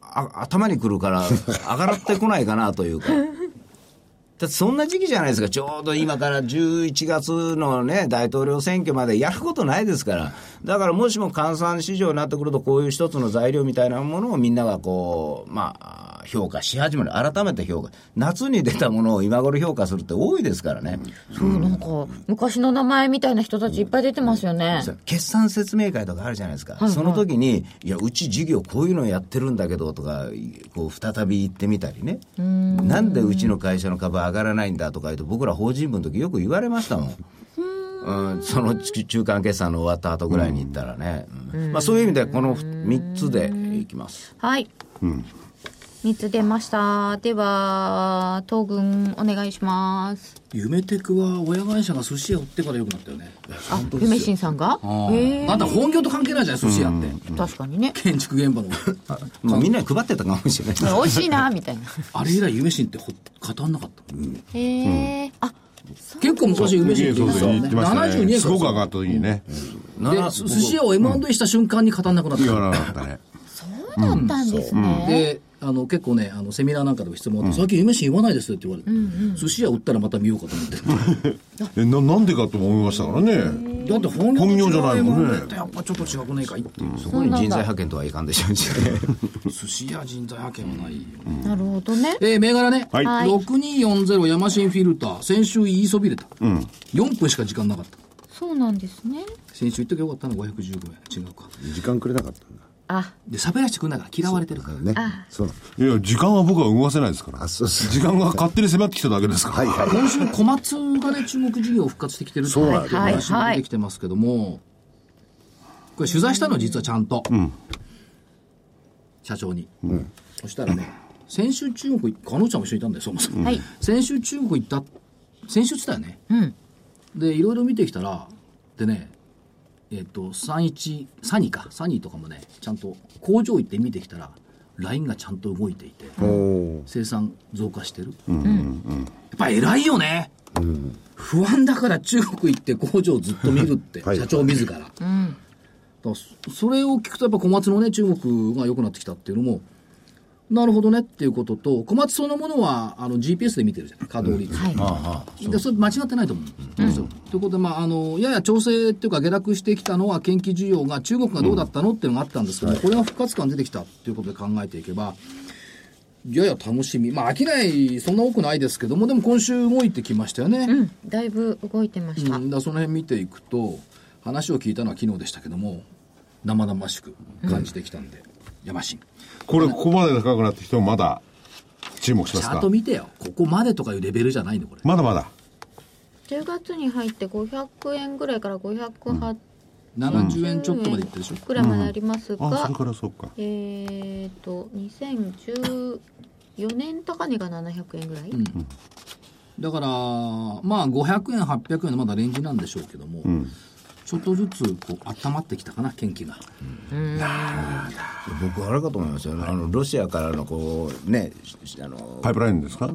S8: あ頭にくるから上がってこないかなというか。だってそんな時期じゃないですか、ちょうど今から11月のね、大統領選挙までやることないですから、だからもしも換算市場になってくると、こういう一つの材料みたいなものをみんながこう、まあ、評価し始める、改めて評価、夏に出たものを今頃評価するって多いですからね、
S2: そうなんか昔の名前みたいな人たちいっぱい出てますよね、
S8: そう決算説明会とかあるじゃないですか、その時に、いや、うち事業こういうのやってるんだけどとか、こう再び行ってみたりね、なんでうちの会社の株上がらないんだとか言うと、僕ら法人部の時よく言われましたもん。うん、その中中間決算の終わった後ぐらいに行ったらね、うんまあ、そういう意味でこの3つでいきます
S4: はい、 3つ出ました。では、東軍お願いします。
S5: 夢テクは親会社が寿司屋売ってから良くなったよね。
S2: あ、夢新さんが
S5: あ
S2: ええ
S5: あんた本業と関係ないじゃない、寿司屋って。
S2: 確かにね。
S5: 建築現 場の。
S8: もうみんなに配ってたかもしれない。
S2: 美味しいな、みたい な。
S5: あれ以来夢神ってほ語んなかった。
S4: えーあ、
S5: 結構昔夢神って言ってたよ
S6: 言
S5: ね
S6: ってました
S5: 72
S6: ね。
S5: 年
S6: す
S5: から
S6: ごく上がった時にね。
S5: で、す寿司屋を M&A した瞬間に語んなくなっ
S6: 言わ
S5: た。
S6: なかったね。
S4: そうだったんですね。
S5: で、あの、結構ね、あの、セミナーなんかでも質問あって、最近夢神言わないですって言われて、寿司屋売ったらまた見ようかと思って。
S6: えななんでかと思いましたからね。
S5: だって本
S6: 本業じゃないもんね
S5: M&A ってやっぱちょっと違くねえかいっていう。
S8: そこに人材派遣とはいかんでしょう しね。
S5: 寿司屋人材派遣はないよね。
S4: なるほどね。
S5: えー、銘柄ね、
S6: はいは
S5: 6240ヤマシンフィルター先週言いそびれた、4分しか時間なかった
S4: そうなんですね。
S5: 先週言っときゃよかったの515円違うか
S7: 時間くれなかったんだ
S4: あ、
S5: で喋らせてくんないから嫌われてるから
S7: ねそうなんだ
S6: いや、時間は僕は動かせないですから。
S7: あそうそう
S6: 時間が勝手に迫ってきただけですから。
S7: はいはい
S5: 今週小松がね中国事業復活してきてるって
S7: そうなん
S5: 話
S7: です
S5: も出てきてますけども、これ取材したの実はちゃんと、社長に、そしたらね先週中国加納ちゃんも一緒にいたんだよそもそも、
S4: はい
S5: 先週中国行った先週っつったよね、
S2: ん
S5: でいろいろ見てきたらでねえっ、と31サニーかサニーとかもねちゃんと工場行って見てきたらラインがちゃんと動いていて、
S7: おお
S5: 生産増加してる、やっぱ偉いよね、不安だから中国行って工場をずっと見るって
S7: はい
S5: 社長自ら,、だからそそれを聞くとやっぱ小松のね中国が良くなってきたっていうのもなるほどねっていうことと小松そのものはあの GPS で見てるじゃない稼働率、でそれ間違ってないと思うんですよ。ということで、まあ、あのやや調整っていうか下落してきたのは研究需要が中国がどうだったのっていうのがあったんですけど、これが復活感出てきたっていうことで考えていけばやや楽しみまあ商いそんな多くないですけどもでも今週動いてきましたよね。
S4: うん、だいぶ動いてました。
S5: うん、だからその辺見ていくと話を聞いたのは昨日でしたけども生々しく感じてきたんで、やましい
S6: これ、ここまで高くなってきてもまだ注目し
S5: チ
S6: ます
S5: ャー
S6: か
S5: ト見てよここまでとかいうレベルじゃないのこれ
S6: まだまだ。
S4: 10月に入って500円ぐらいから508
S5: 70円ちょっとまでいってるでしょ、
S4: ぐらいまでありますが、
S6: あ、それからそうか。
S4: えっ、と2014年高値が700円ぐらい、
S5: うんだからまあ500円800円のまだレンジなんでしょうけども、ちょっとずつこう温まってきたかな元気が
S8: 僕、あれかと思いますよね。あの、ロシアからのこう、ね、あの、
S6: パイプラインですか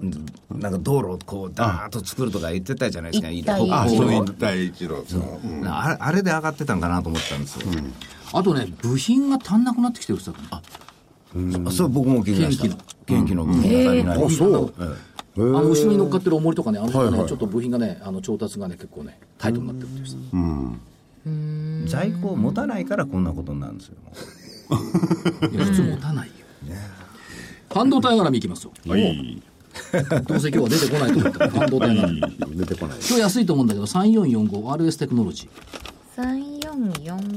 S8: なんか道路をこう、ダーッと作るとか言ってたじゃないですか。
S2: 一帯
S8: いろいろ
S6: あ、
S8: こう
S6: そう、一対一の。
S8: あれあれで上がってたんかなと思ったんですよ。
S5: あとね部品が足んなくなってきてるって言ってたか
S8: あそれ僕も聞きました。元気の部分が足りない。あ、そう。
S5: らあの後ろに乗っかってる重りとかねあの人ね、
S7: はいはい
S5: ちょっと部品がねあの調達がね結構ねタイトになってるって言ってた
S8: 在庫を持たないからこんなことになるんですよ。
S5: いや普通持たないよ半導体絡みいきますよ
S6: はい。
S5: どうせ今日は出てこないと思ったら半導体絡み今
S7: 出てこない
S5: 日安いと思うんだけど 3445RS テクノロジー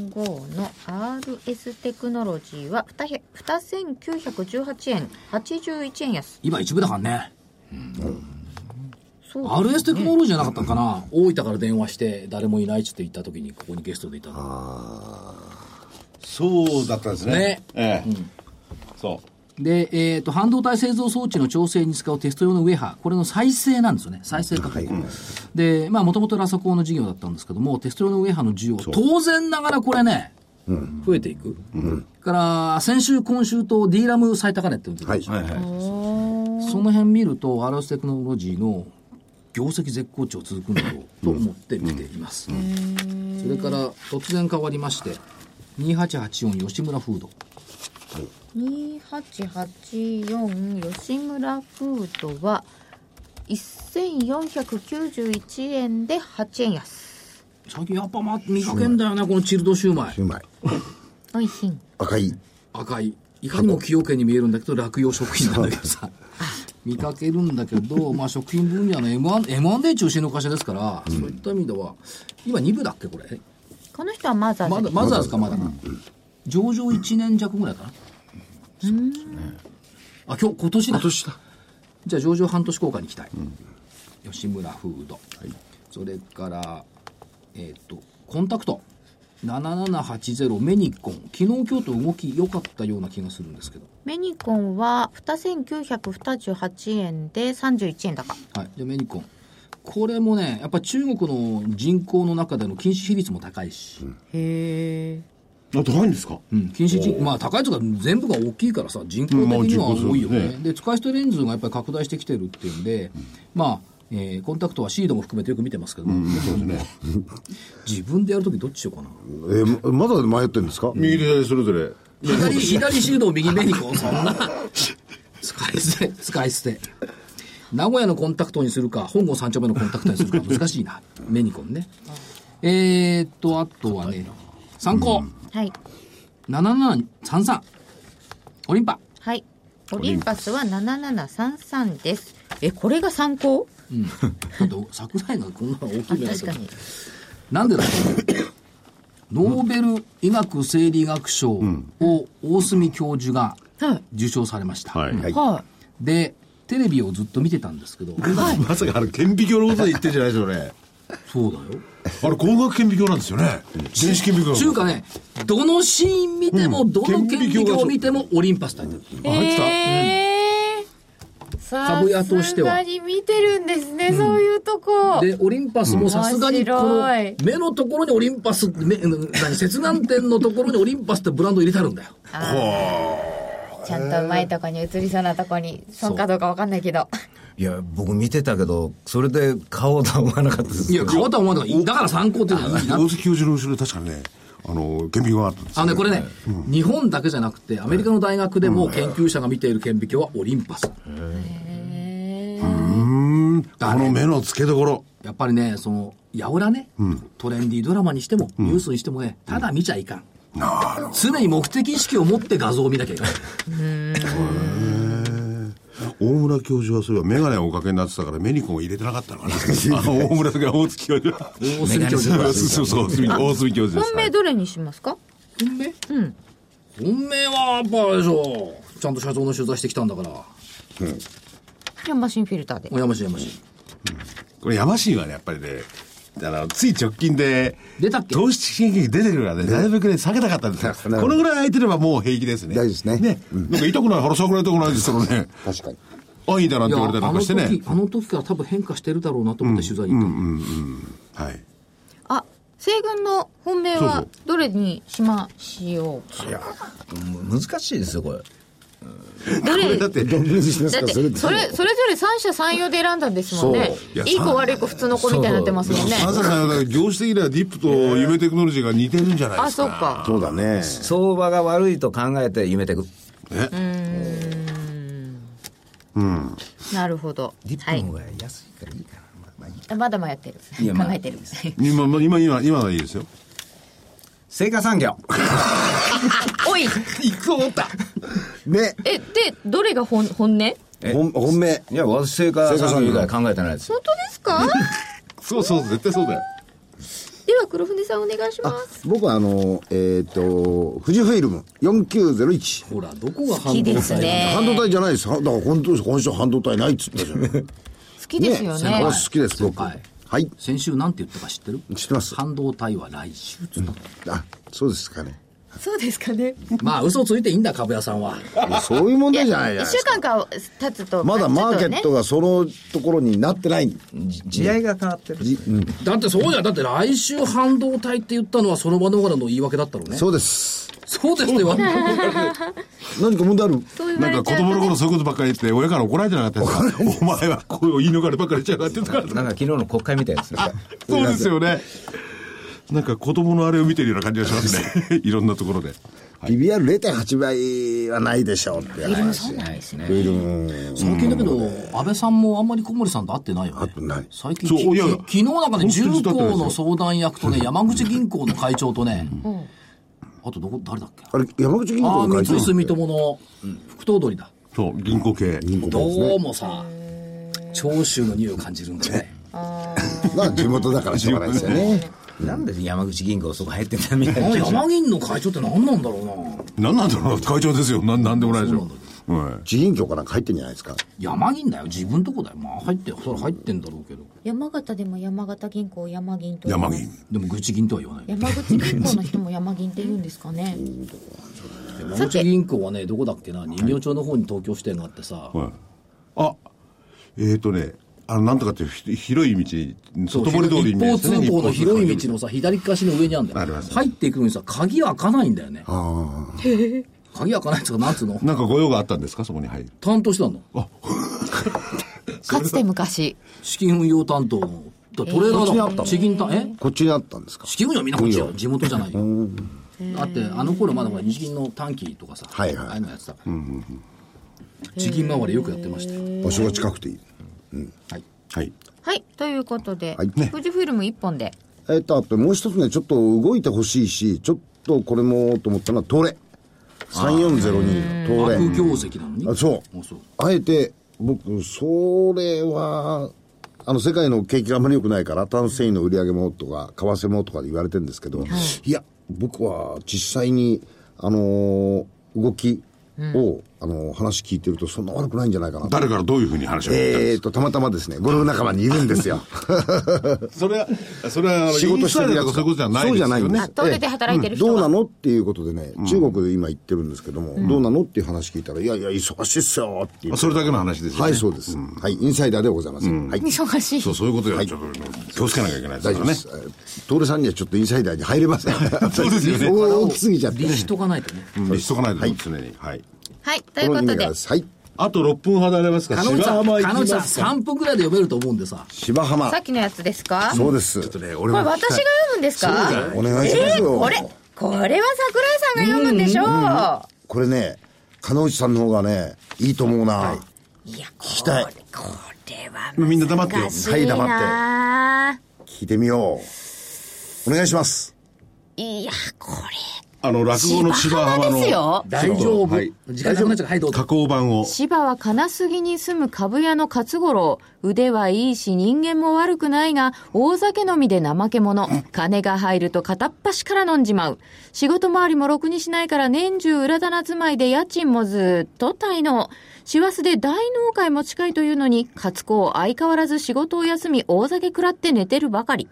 S4: 3445の RS テクノロジーは200 2918円81円安
S5: 今一部だからね
S4: そう
S5: RS テクノロジーじゃなかったのかな、大分から電話して誰もいないっつって言った時にここにゲストでいたの
S6: そうだったんです
S5: ね
S6: ね。ええ。そう。
S5: で、えー、と半導体製造装置の調整に使うテスト用のウェハーこれの再生なんですよね再生価格、でまあもともとラソコンの事業だったんですけどもテスト用のウェハーの需要当然ながらこれね、増えていく、から先週今週と D ラム最高値って言ってたでしょ、
S8: はいはい。
S5: その辺見ると RS テクノロジーの業績絶好調続くのだろうと思って見ています、それから突然変わりまして2884吉村フード
S4: 2884吉村フードは1491円で8円安
S5: 最近やっぱま見かけんだよねこのチルドシューマイ
S7: うまい
S4: おいしい
S7: 赤い
S5: 赤いいかにも崎陽軒に見えるんだけど落葉食品なんだけどさ見かけるんだけど、まあ、食品分野の M1 M&A 中心の会社ですから、そういった意味では今2部だっけこれ
S4: この人はマザーズ
S5: まだまずはですかまだ上場1年弱ぐらいかなあ今日今年だ今年だじゃあ上場半年効果に期待、吉村フード、それからえっ、とコンタクト7780メニコン昨日今日と動き良かったような気がするんですけど
S4: メニコンは2928円で31円高。
S5: はいじゃあメニコンこれもねやっぱ中国の人口の中での禁止比率も高いし、
S2: へえ。
S6: あ、高いんですか
S5: うん禁止人まあ高いとか全部が大きいからさ人口的には多いよね,、
S6: うんまあ人口そうです
S5: で使い捨てレンズがやっぱり拡大してきてるっていうんで、まあえーコンタクトはシードも含めてよく見てますけど、自分でやるときどっちしようかな
S7: えーままだ迷ってるんですか
S6: 右と左それぞれ。
S5: 左 左シード右メニ コンそんな使い捨て使い捨て名古屋のコンタクトにするか本郷三丁目のコンタクトにするか難しいなメニコンねえー、っとあとはね参考、
S4: はい。
S5: 7733オリンパ
S4: はい。オリンパスは7733です。え、これが参考
S5: うん、だって桜井がこんな大き
S4: あ、
S5: い目だ
S4: 確
S5: と
S4: かに。
S5: なんでだろうノーベル医学生理学賞を大隅教授が受賞されました、
S6: はい。
S2: は
S5: でテレビをずっと見てたんですけど
S6: まさかあれ、顕微鏡のこと言ってんじゃないですよね。
S5: そうだよ
S6: あれ、光学顕微鏡なんですよね。電子顕微鏡。
S5: 中華ねどのシーン見ても、
S6: うん
S5: どの顕
S6: 顕微
S5: 微
S6: 鏡が
S5: 鏡を見てもオリンパスだよ
S6: あ、入ってた。
S2: えー。さ
S5: 株屋として
S2: す
S5: は
S2: がに見てるんですね、そういうとこ。
S5: でオリンパスもさすがにこの
S2: 面白い
S5: 目のところにオリンパス目うん何切断点のところにオリンパスってブランド入れてあるんだよ
S2: ちゃんとうまいとこに映りそうなとこに、そうかどうかわかんないけど。
S8: いや、僕見てたけど、それで買おうとは思わなかったです
S5: いや変わったお前だからだから参考っていうのはいいな
S6: 大関教授の後ろに確かにね、あの、顕微鏡があったんです
S5: あ
S6: よ
S5: のね、これね、日本だけじゃなくて、アメリカの大学でも研究者が見ている顕微鏡はオリンパス。
S6: うん。この目の付けどころ。
S5: やっぱりね、その、やおらね、トレンディードラマにしても、ニュースにしてもね、ただ見ちゃいかん。常に目的意識を持って画像を見なきゃい けない。
S6: 大村教授はそれは眼鏡をおかけになってたから、メニコンを入れてなかったのかな。あの、大村が大月教授は。
S5: 大隅教授
S6: そうそうそう、大隅教授です
S4: 本。命どれにしますか
S5: 本命本命は、やっぱあれでしょ。ちゃんと社長の取材してきたんだから。
S4: ヤンマシンフィルターで。
S5: やましいやましい。
S6: これ、やましいわね、やっぱりね。あの、つい直近で、
S5: 出たっけ
S6: 投資資金出てくるからね、なるべくね、下げたかったんですよ。
S7: なるほど
S6: このぐらい空いてればもう平気ですね。
S7: 大事ですね
S6: ね。なんか痛くない、腹下くない痛くないですからね。
S7: 確かに
S6: 安易だなん
S5: い
S6: て
S5: や
S6: 言われたりな
S5: あ
S6: ん
S5: の
S6: かしてね
S5: 時。、あの時から多分変化してるだろうなと思って取材に行ったの
S6: はい。
S4: あ、西軍の本命
S6: そう
S4: は
S6: そ
S4: どれにしましようか。
S8: 難しいですよ、これ。
S4: どれだ
S6: だっ、
S4: って
S7: どんなにしますか
S4: て、そ
S7: それ
S4: れ、
S7: って
S4: それぞれ三者三様で選んだんですもんね
S6: いや。
S4: いい子悪い子普通の子みたいになってますもんね。
S6: まさか、業種的にはディップと夢テクノロジーが似てるんじゃないで
S4: あ、
S6: す
S4: そ
S6: か。
S4: うか。
S7: そうだね
S8: 相場が悪いと考えて夢てく。
S4: なるほど。はい。
S8: が安いからいいかな。
S4: まだ迷ってる。
S8: いやまあ
S4: 考えてる。
S6: 今、ま今、今、今はいいですよ。
S8: 成果産業。
S4: おい
S8: 行くと思った。
S7: ね
S4: え、で、どれが本、本音
S7: 本本命
S8: いや、私成果産業以外考えてないですよ。
S4: 本当ですか
S6: そうそう、絶対そうだよ。
S4: では黒船さんお願いします。
S7: 僕はあのえっ、と富士フイルム4901
S5: ほら、どこが
S4: 好
S5: 反
S4: き
S5: 応され
S4: ですね。
S7: 半導体じゃないです。だから本当今週半導体ないっつった じゃん。好
S4: 好きですよね。
S7: 好きです、僕。は
S5: はいい。
S7: はい。
S5: 先週なんて言ったか知ってる
S7: 知ってます
S5: 半導体は来週っつったの
S7: あ、そうですかね。
S4: そうですかね。
S5: まあ嘘ついていいんだ株屋さんは
S7: そういう問題じゃない
S4: 一
S7: です
S4: 週
S7: か。
S4: 間か経つと。
S7: まだマーケット
S4: が。
S7: がそのところになってない。
S8: 時代が変わってる。
S5: だってそうじゃんだって来週半導体って言ったのはその場のからの言い訳だったろうね
S7: そうです。
S5: そうですって言われて
S7: 何か問題ある
S4: そう言わ
S6: な
S4: れちゃ
S6: ん
S4: うと
S6: か子
S4: ね
S6: 供の頃そういうことばっかり言って、親から怒られてな かったですか。お前はこう言い逃ればっかりしやがってとか。
S8: なんか昨日の国会みたいですね。
S6: そうですよね。なんか子供のあれを見てるような感じがします ね。いろんなところで。
S7: ?PBR0.8 倍はないでしょうって話。
S8: ないですね。
S7: ビルも。
S5: 最近だけど安倍さんもあんまり小森さんと会ってないよね
S7: 会ってない
S5: 最近
S6: そう
S5: き
S6: いやいや
S5: 昨日なんかね
S6: 本当に
S5: 重
S6: ずっと会ってないですよ
S5: 工の相談役とね山口銀行の会長とねあとどこ誰だっけ
S7: あれ、山口銀
S5: ああ
S7: 行の
S5: 三井
S7: 会長
S5: 住友の副頭取だ
S6: そう、銀行系。
S5: どうもさ長州の匂いを感じるんだよね
S7: まあ地元だからしょうがないです よね。
S8: なんで山口銀行そこ入ってんだみた
S5: あ
S8: いな。
S5: 山銀の会長って何なんだろうな
S6: 何なんだろうな会長ですよ。なん、なんでもないでしょ。はい
S7: 地銀協かなんか入ってんじゃないですか。
S5: 山銀だよ自分とこだよまあ入ってそれ入ってんだろうけど
S2: 山形でも山形銀行山銀と
S6: 山銀。
S5: でも愚痴銀とは言わない
S2: 山口銀行の人も山銀って言うんですかね
S5: 山口銀行はねどこだっけな人形町の方に東京支店があってさ、
S6: はい。あ、えっ、ー、とね、あの、なんとかっていうひ広い道、
S5: そう
S6: 外堀通りに
S5: 一
S6: 面
S5: 方
S6: してね
S5: 通行の広い道のさ左っ側の上にあるんだ
S6: あり
S5: よ
S6: ますね
S5: 入っていくのにさ鍵開かないんだよね
S6: ああ。
S5: 鍵開かないっつうかなんつうの
S6: なんかご用があったんですかそこに入る。
S5: 担当してたの
S4: かつて昔
S5: 資金運用担当のだからトレーダーだもん、資金担え
S7: こっちにあったんですか。
S5: 資金運用はみんなこっちよ地元じゃないよだってあの頃まだほら日銀の短期とかさ、
S7: はいはい
S5: ああいうのやってたから、地銀周りよくやってましたよ
S7: 場所が近くていい。
S5: はい
S6: はい。
S2: はいということで、
S7: はいね
S2: 富士フィルム1本で
S7: えっと、あともう一つね、ちょっと動いてほしいし、ちょっとこれもと思ったのは、東レ。3402、
S5: 悪
S7: 東レ。
S5: 業績なのに
S7: あそ
S5: もうそう
S7: う。あえて、僕、それは、あの、世界の景気があまり良くないから、炭素繊維の売り上げもとか、為替もとかで言われてるんですけど、い、や、僕は実際に、あのー動きを、あのー話聞いてると、そんな悪くないんじゃないかなと。
S6: 誰からどういうふうに話を聞いたん
S7: え
S6: で
S7: ー
S6: すか、
S7: と、たまたまですね、ゴルフ仲間にいるんですよ。
S6: それは、それ はあの、
S7: 仕事してる
S6: インサイダー
S7: や
S6: と
S7: つ
S6: かそういうことじゃないですよ
S7: そうじゃない
S6: ね
S7: ん。です
S2: 東京で働いてる人
S7: どう
S2: は
S7: なのっていうことでね、中国で今言ってるんですけども、どうなのっていう話聞いたら、いやいや、忙しいっすよっていう。
S6: それだけの話ですよね。
S7: はい、そうです。はい、インサイダーではございません。はい。
S4: 忙しい
S6: そう、そういうことよ。ちょっと気をつけなきゃいけないで
S7: 大
S6: すから
S7: 丈夫で
S6: ね。
S7: す。えー徹さんにはちょっとインサイダーに入れません。
S6: そうですよね
S7: 大きすぎちゃって。
S5: 利子とかないとね
S6: うんしとかないとね、常に。はい。
S2: はいと
S7: こ
S2: いう
S7: の
S2: こ
S7: 意
S2: と
S7: 味か
S2: で
S7: らですはい。
S6: あと6分ほどありますから、
S5: 彼女
S6: 芝
S5: さん
S6: 浜行き
S5: 彼
S6: ま
S5: 女
S6: す
S5: さん
S6: か。
S5: 3分くらいで読めると思うんでさ
S7: 芝浜
S2: さ。っきのやつですか
S7: そうです。
S2: これ私が読むんですか
S7: お願いしますよ。
S2: これこれは桜井さんが読むんでしょう
S7: これね、鹿之内さんの方がね、いいと思うな。
S2: いやこ
S7: 聞きたい。
S2: れこれは
S6: みんな黙ってよ
S2: 難し
S7: はい
S2: い
S7: 黙って
S2: な
S7: 聞いてみよう。お願いします。
S2: いやこれ
S6: あの、落語の芝浜
S2: です
S6: の
S2: よ
S5: 大丈夫、
S6: はい
S5: 時間なくなっちゃうはいどうぞ
S6: 加工版を。
S4: 芝は金杉に住む株屋の勝五郎。腕はいいし人間も悪くないが、大酒飲みで怠け者。金が入ると片っ端から飲んじまう。仕事回りもろくにしないから年中裏棚住まいで家賃もずっと滞納。師走で大納会も近いというのに、勝子を相変わらず仕事を休み大酒食らって寝てるばかり。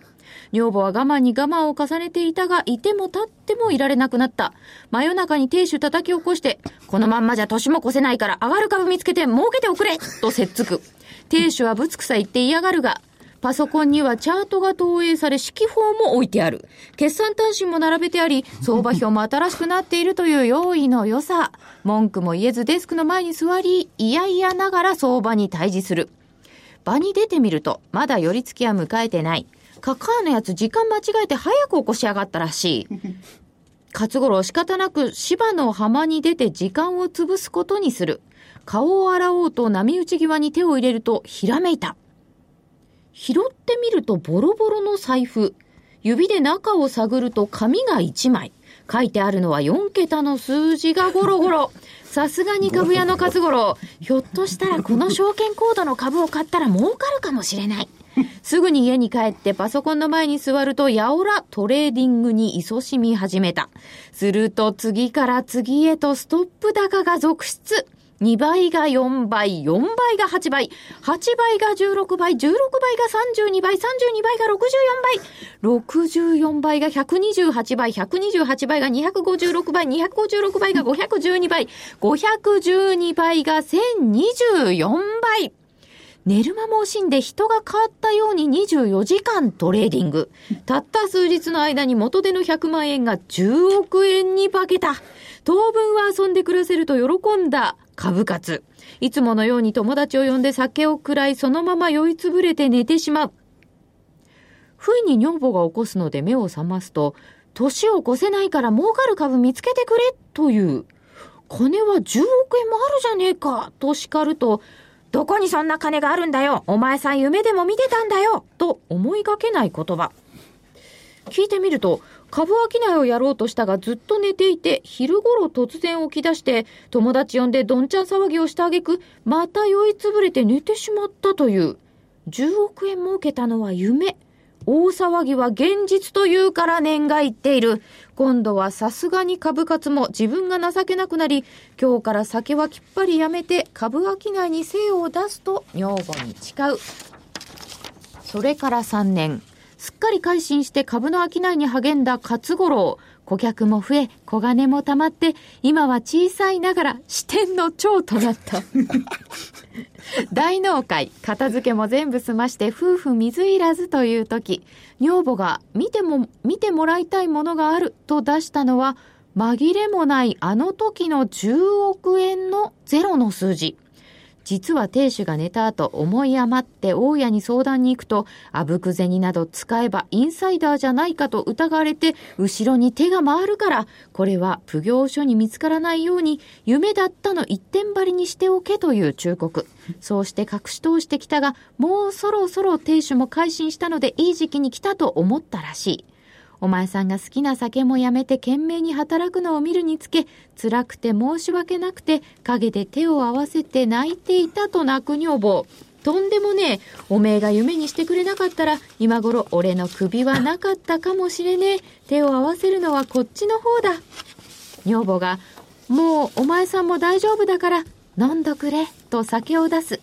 S4: 女房は我慢に我慢を重ねていたが、いても立ってもいられなくなった。真夜中に亭主叩き起こして、このまんまじゃ年も越せないから上がる株見つけて儲けておくれとせっつく。亭主はぶつくさ言って嫌がるが、パソコンにはチャートが投影され、指揮法も置いてある。決算単身も並べてあり、相場表も新しくなっているという用意の良さ。文句も言えずデスクの前に座り、いやいやながら相場に対峙する。場に出てみると、まだ寄り付きは迎えてない。カカアのやつ時間間違えて早く起こしやがったらしい。勝五郎仕方なく芝の浜に出て時間を潰すことにする。顔を洗おうと波打ち際に手を入れるとひらめいた。拾ってみるとボロボロの財布。指で中を探ると紙が1枚。書いてあるのは4桁の数字がゴロゴロ。さすがに株屋の勝五郎。ひょっとしたらこの証券コードの株を買ったら儲かるかもしれない。すぐに家に帰ってパソコンの前に座るとやおらトレーディングに勤しみ始めた。すると次から次へとストップ高が続出。2倍が4倍、4倍が8倍、8倍が16倍、16倍が32倍、32倍が64倍、64倍が128倍、128倍が256倍、256倍が512倍、512倍が1024倍。寝る間も惜しんで人が変わったように24時間トレーディング。たった数日の間に元手の100万円が10億円に化けた。当分は遊んで暮らせると喜んだ株活。いつものように友達を呼んで酒を喰らい、そのまま酔いつぶれて寝てしまう。不意に女房が起こすので目を覚ますと、年を越せないから儲かる株見つけてくれという。金は10億円もあるじゃねえかと叱ると、どこにそんな金があるんだよお前さん夢でも見てたんだよと思いがけない言葉。聞いてみると、株商いをやろうとしたがずっと寝ていて、昼頃突然起き出して、友達呼んでどんちゃん騒ぎをした挙句、また酔いつぶれて寝てしまったという。10億円儲けたのは夢。大騒ぎは現実というから念が言っている。今度はさすがに株活も自分が情けなくなり、今日から酒はきっぱりやめて株商いに精を出すと女房に誓う。それから3年。すっかり改心して株の商いに励んだ勝五郎。顧客も増え、小金も貯まって、今は小さいながら支店の長となった。 大納会、片付けも全部済まして夫婦水入らずという時、女房が見ても、見てもらいたいものがあると出したのは、紛れもないあの時の10億円のゼロの数字。実は亭主が寝た後思い余って大家に相談に行くと、あぶく銭など使えばインサイダーじゃないかと疑われて、後ろに手が回るから、これは奉行所に見つからないように、夢だったの一点張りにしておけという忠告。そうして隠し通してきたが、もうそろそろ亭主も改心したのでいい時期に来たと思ったらしい。お前さんが好きな酒もやめて懸命に働くのを見るにつけ、辛くて申し訳なくて、陰で手を合わせて泣いていたと泣く女房。とんでもねえ。おめえが夢にしてくれなかったら、今頃俺の首はなかったかもしれねえ。手を合わせるのはこっちの方だ。女房が、もうお前さんも大丈夫だから、飲んどくれ、と酒を出す。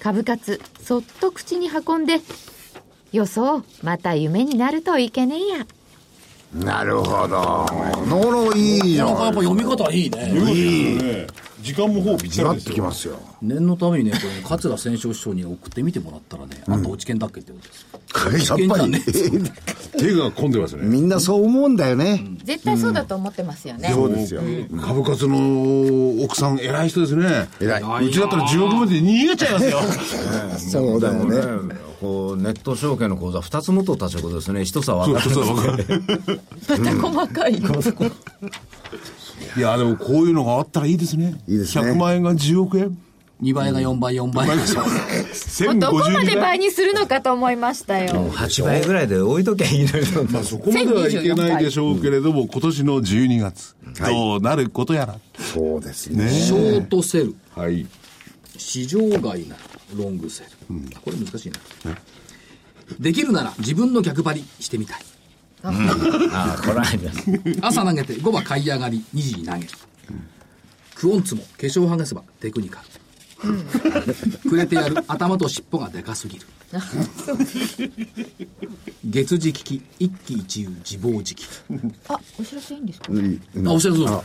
S4: 株活、そっと口に運んで、よそう、また夢になるといけねえや。
S7: なるほど。なかなかいいじゃ
S5: なかやっ
S7: ん。
S5: ぱ読み方いいね。
S7: いい。
S9: 時間もほぼぴったり
S7: なっ
S9: です
S7: て
S9: よ
S7: きますよ。
S5: 念のためにね、これ、ね、桂千勝師匠に送ってみてもらったらね、あんた落ち券だっけってことです。
S7: やっぱり、ね、
S9: 手が込んでますね
S7: みんなそう思うんだよね。
S2: 絶対そうだと思ってますよね。
S7: そうですよ。
S6: 株活の奥さん偉い人ですね。
S7: 偉い。
S6: うちだったら10億まで逃げちゃいます よ。
S7: そうだよね。
S8: こうネット証券の口座2つ持っとったということですね一つは分かる
S2: 細かい。
S6: いや、でもこういうのがあったらいいですね。
S7: いいですね
S6: 100万円が10億 円。
S5: 2倍が4倍、4倍。
S2: もうどこまで
S6: 倍
S2: 倍にするのかと思いましたよ。
S8: 8倍ぐらいで置いときゃいいのに
S6: まあそこまではいけないでしょうけれども、今年の12月、どうなることやら。
S7: そうですね。
S5: ショートセル、
S6: はい。
S5: 市場外なロングセル。これ難しいな。できるなら自分の逆張りしてみたい。
S8: ああこれあります
S5: 朝投げて5番買い上がり2時に投げる、クオンツも化粧剥がせばテクニカル、くれてやる頭と尻尾がでかすぎる月次聞き一喜一憂自暴自棄、
S2: あ、お知らせいいんですか
S5: あおっしゃるぞ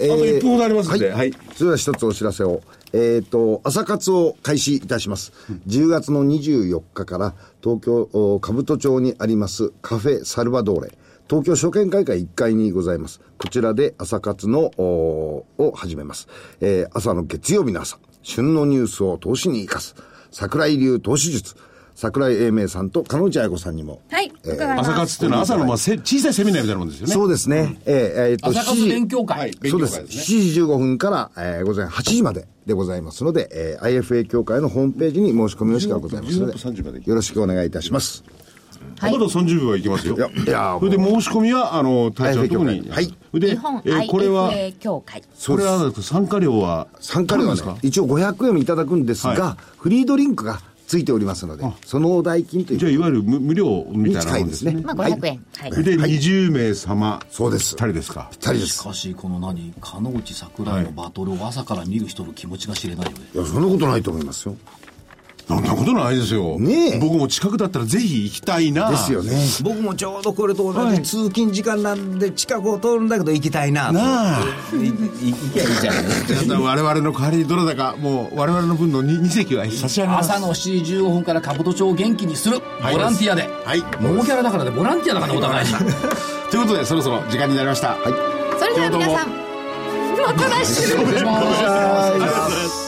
S7: えー
S9: あと1分ほどありますんではい
S7: それでは一つお知らせを。えっ、と、朝活を開始いたします。10月の24日から東京、お兜町にありますカフェサルバドーレ、東京証券会館1階にございます。こちらで朝活の、おを始めます。えー朝の月曜日の朝、旬のニュースを投資に生かす、桜井流投資術、桜井英明さんと鹿野内彩子さんにも。
S2: はい、伺います。
S6: 朝活っていうのは朝のまあせ小さいセミナーみたいなもんですよね。
S7: そうですね。えーえーと
S5: 朝活勉強会、
S7: そうです。7時15分から、えー午前8時まででございますので、えー IFA 協会のホームページに申し込みのしかございますので、
S9: 16分30まで
S7: よろしくお願いいたします。
S6: まだ30秒はいけますよ。
S7: いやいや
S6: それで申し込みは、あの、隊長のとこに。
S7: はい
S6: それで、
S2: 日本
S6: えーこれは、
S2: IFA 協会。
S6: これは参加料は、
S7: 参加料はね
S6: どうなん、ですか
S7: 一応500円もいただくんですが、
S6: は
S7: フリードリンクがついておりますので、そのお代金という
S6: じゃあ、いわゆる無無料みたいなもんですね。
S7: に近いですね
S2: まあ500円。はい。
S6: で、20名様。
S7: そうです
S6: 2人ですか。
S7: ぴったりで
S5: し
S7: す。
S5: かしこの何鹿野内桜井のバトルを朝から見る人の気持ちが知れないよね、
S7: いや、そんなことないと思いますよ。
S6: そんなことないですよ。
S7: ねえ
S6: 僕も近くだったらぜひ行きたいな。
S7: ですよね。
S8: 僕もちょうどこれと同じ通勤時間なんで近くを通るんだけど行きたいなと
S6: なあ。
S8: いい行きゃい いじゃない
S6: 皆さん我々の代わりにどなたか、もう我々の分の 2, 席は差し上げます。
S5: 朝の7時15分から兜町を元気にする、
S6: い
S5: ボランティアで、
S6: はい。
S5: ノーキャラだからでボランティアだからねお互いに
S6: ということで、そろそろ時間になりました。はい。
S2: それでは皆さん、また来週
S6: 失礼します。ありがとうございます。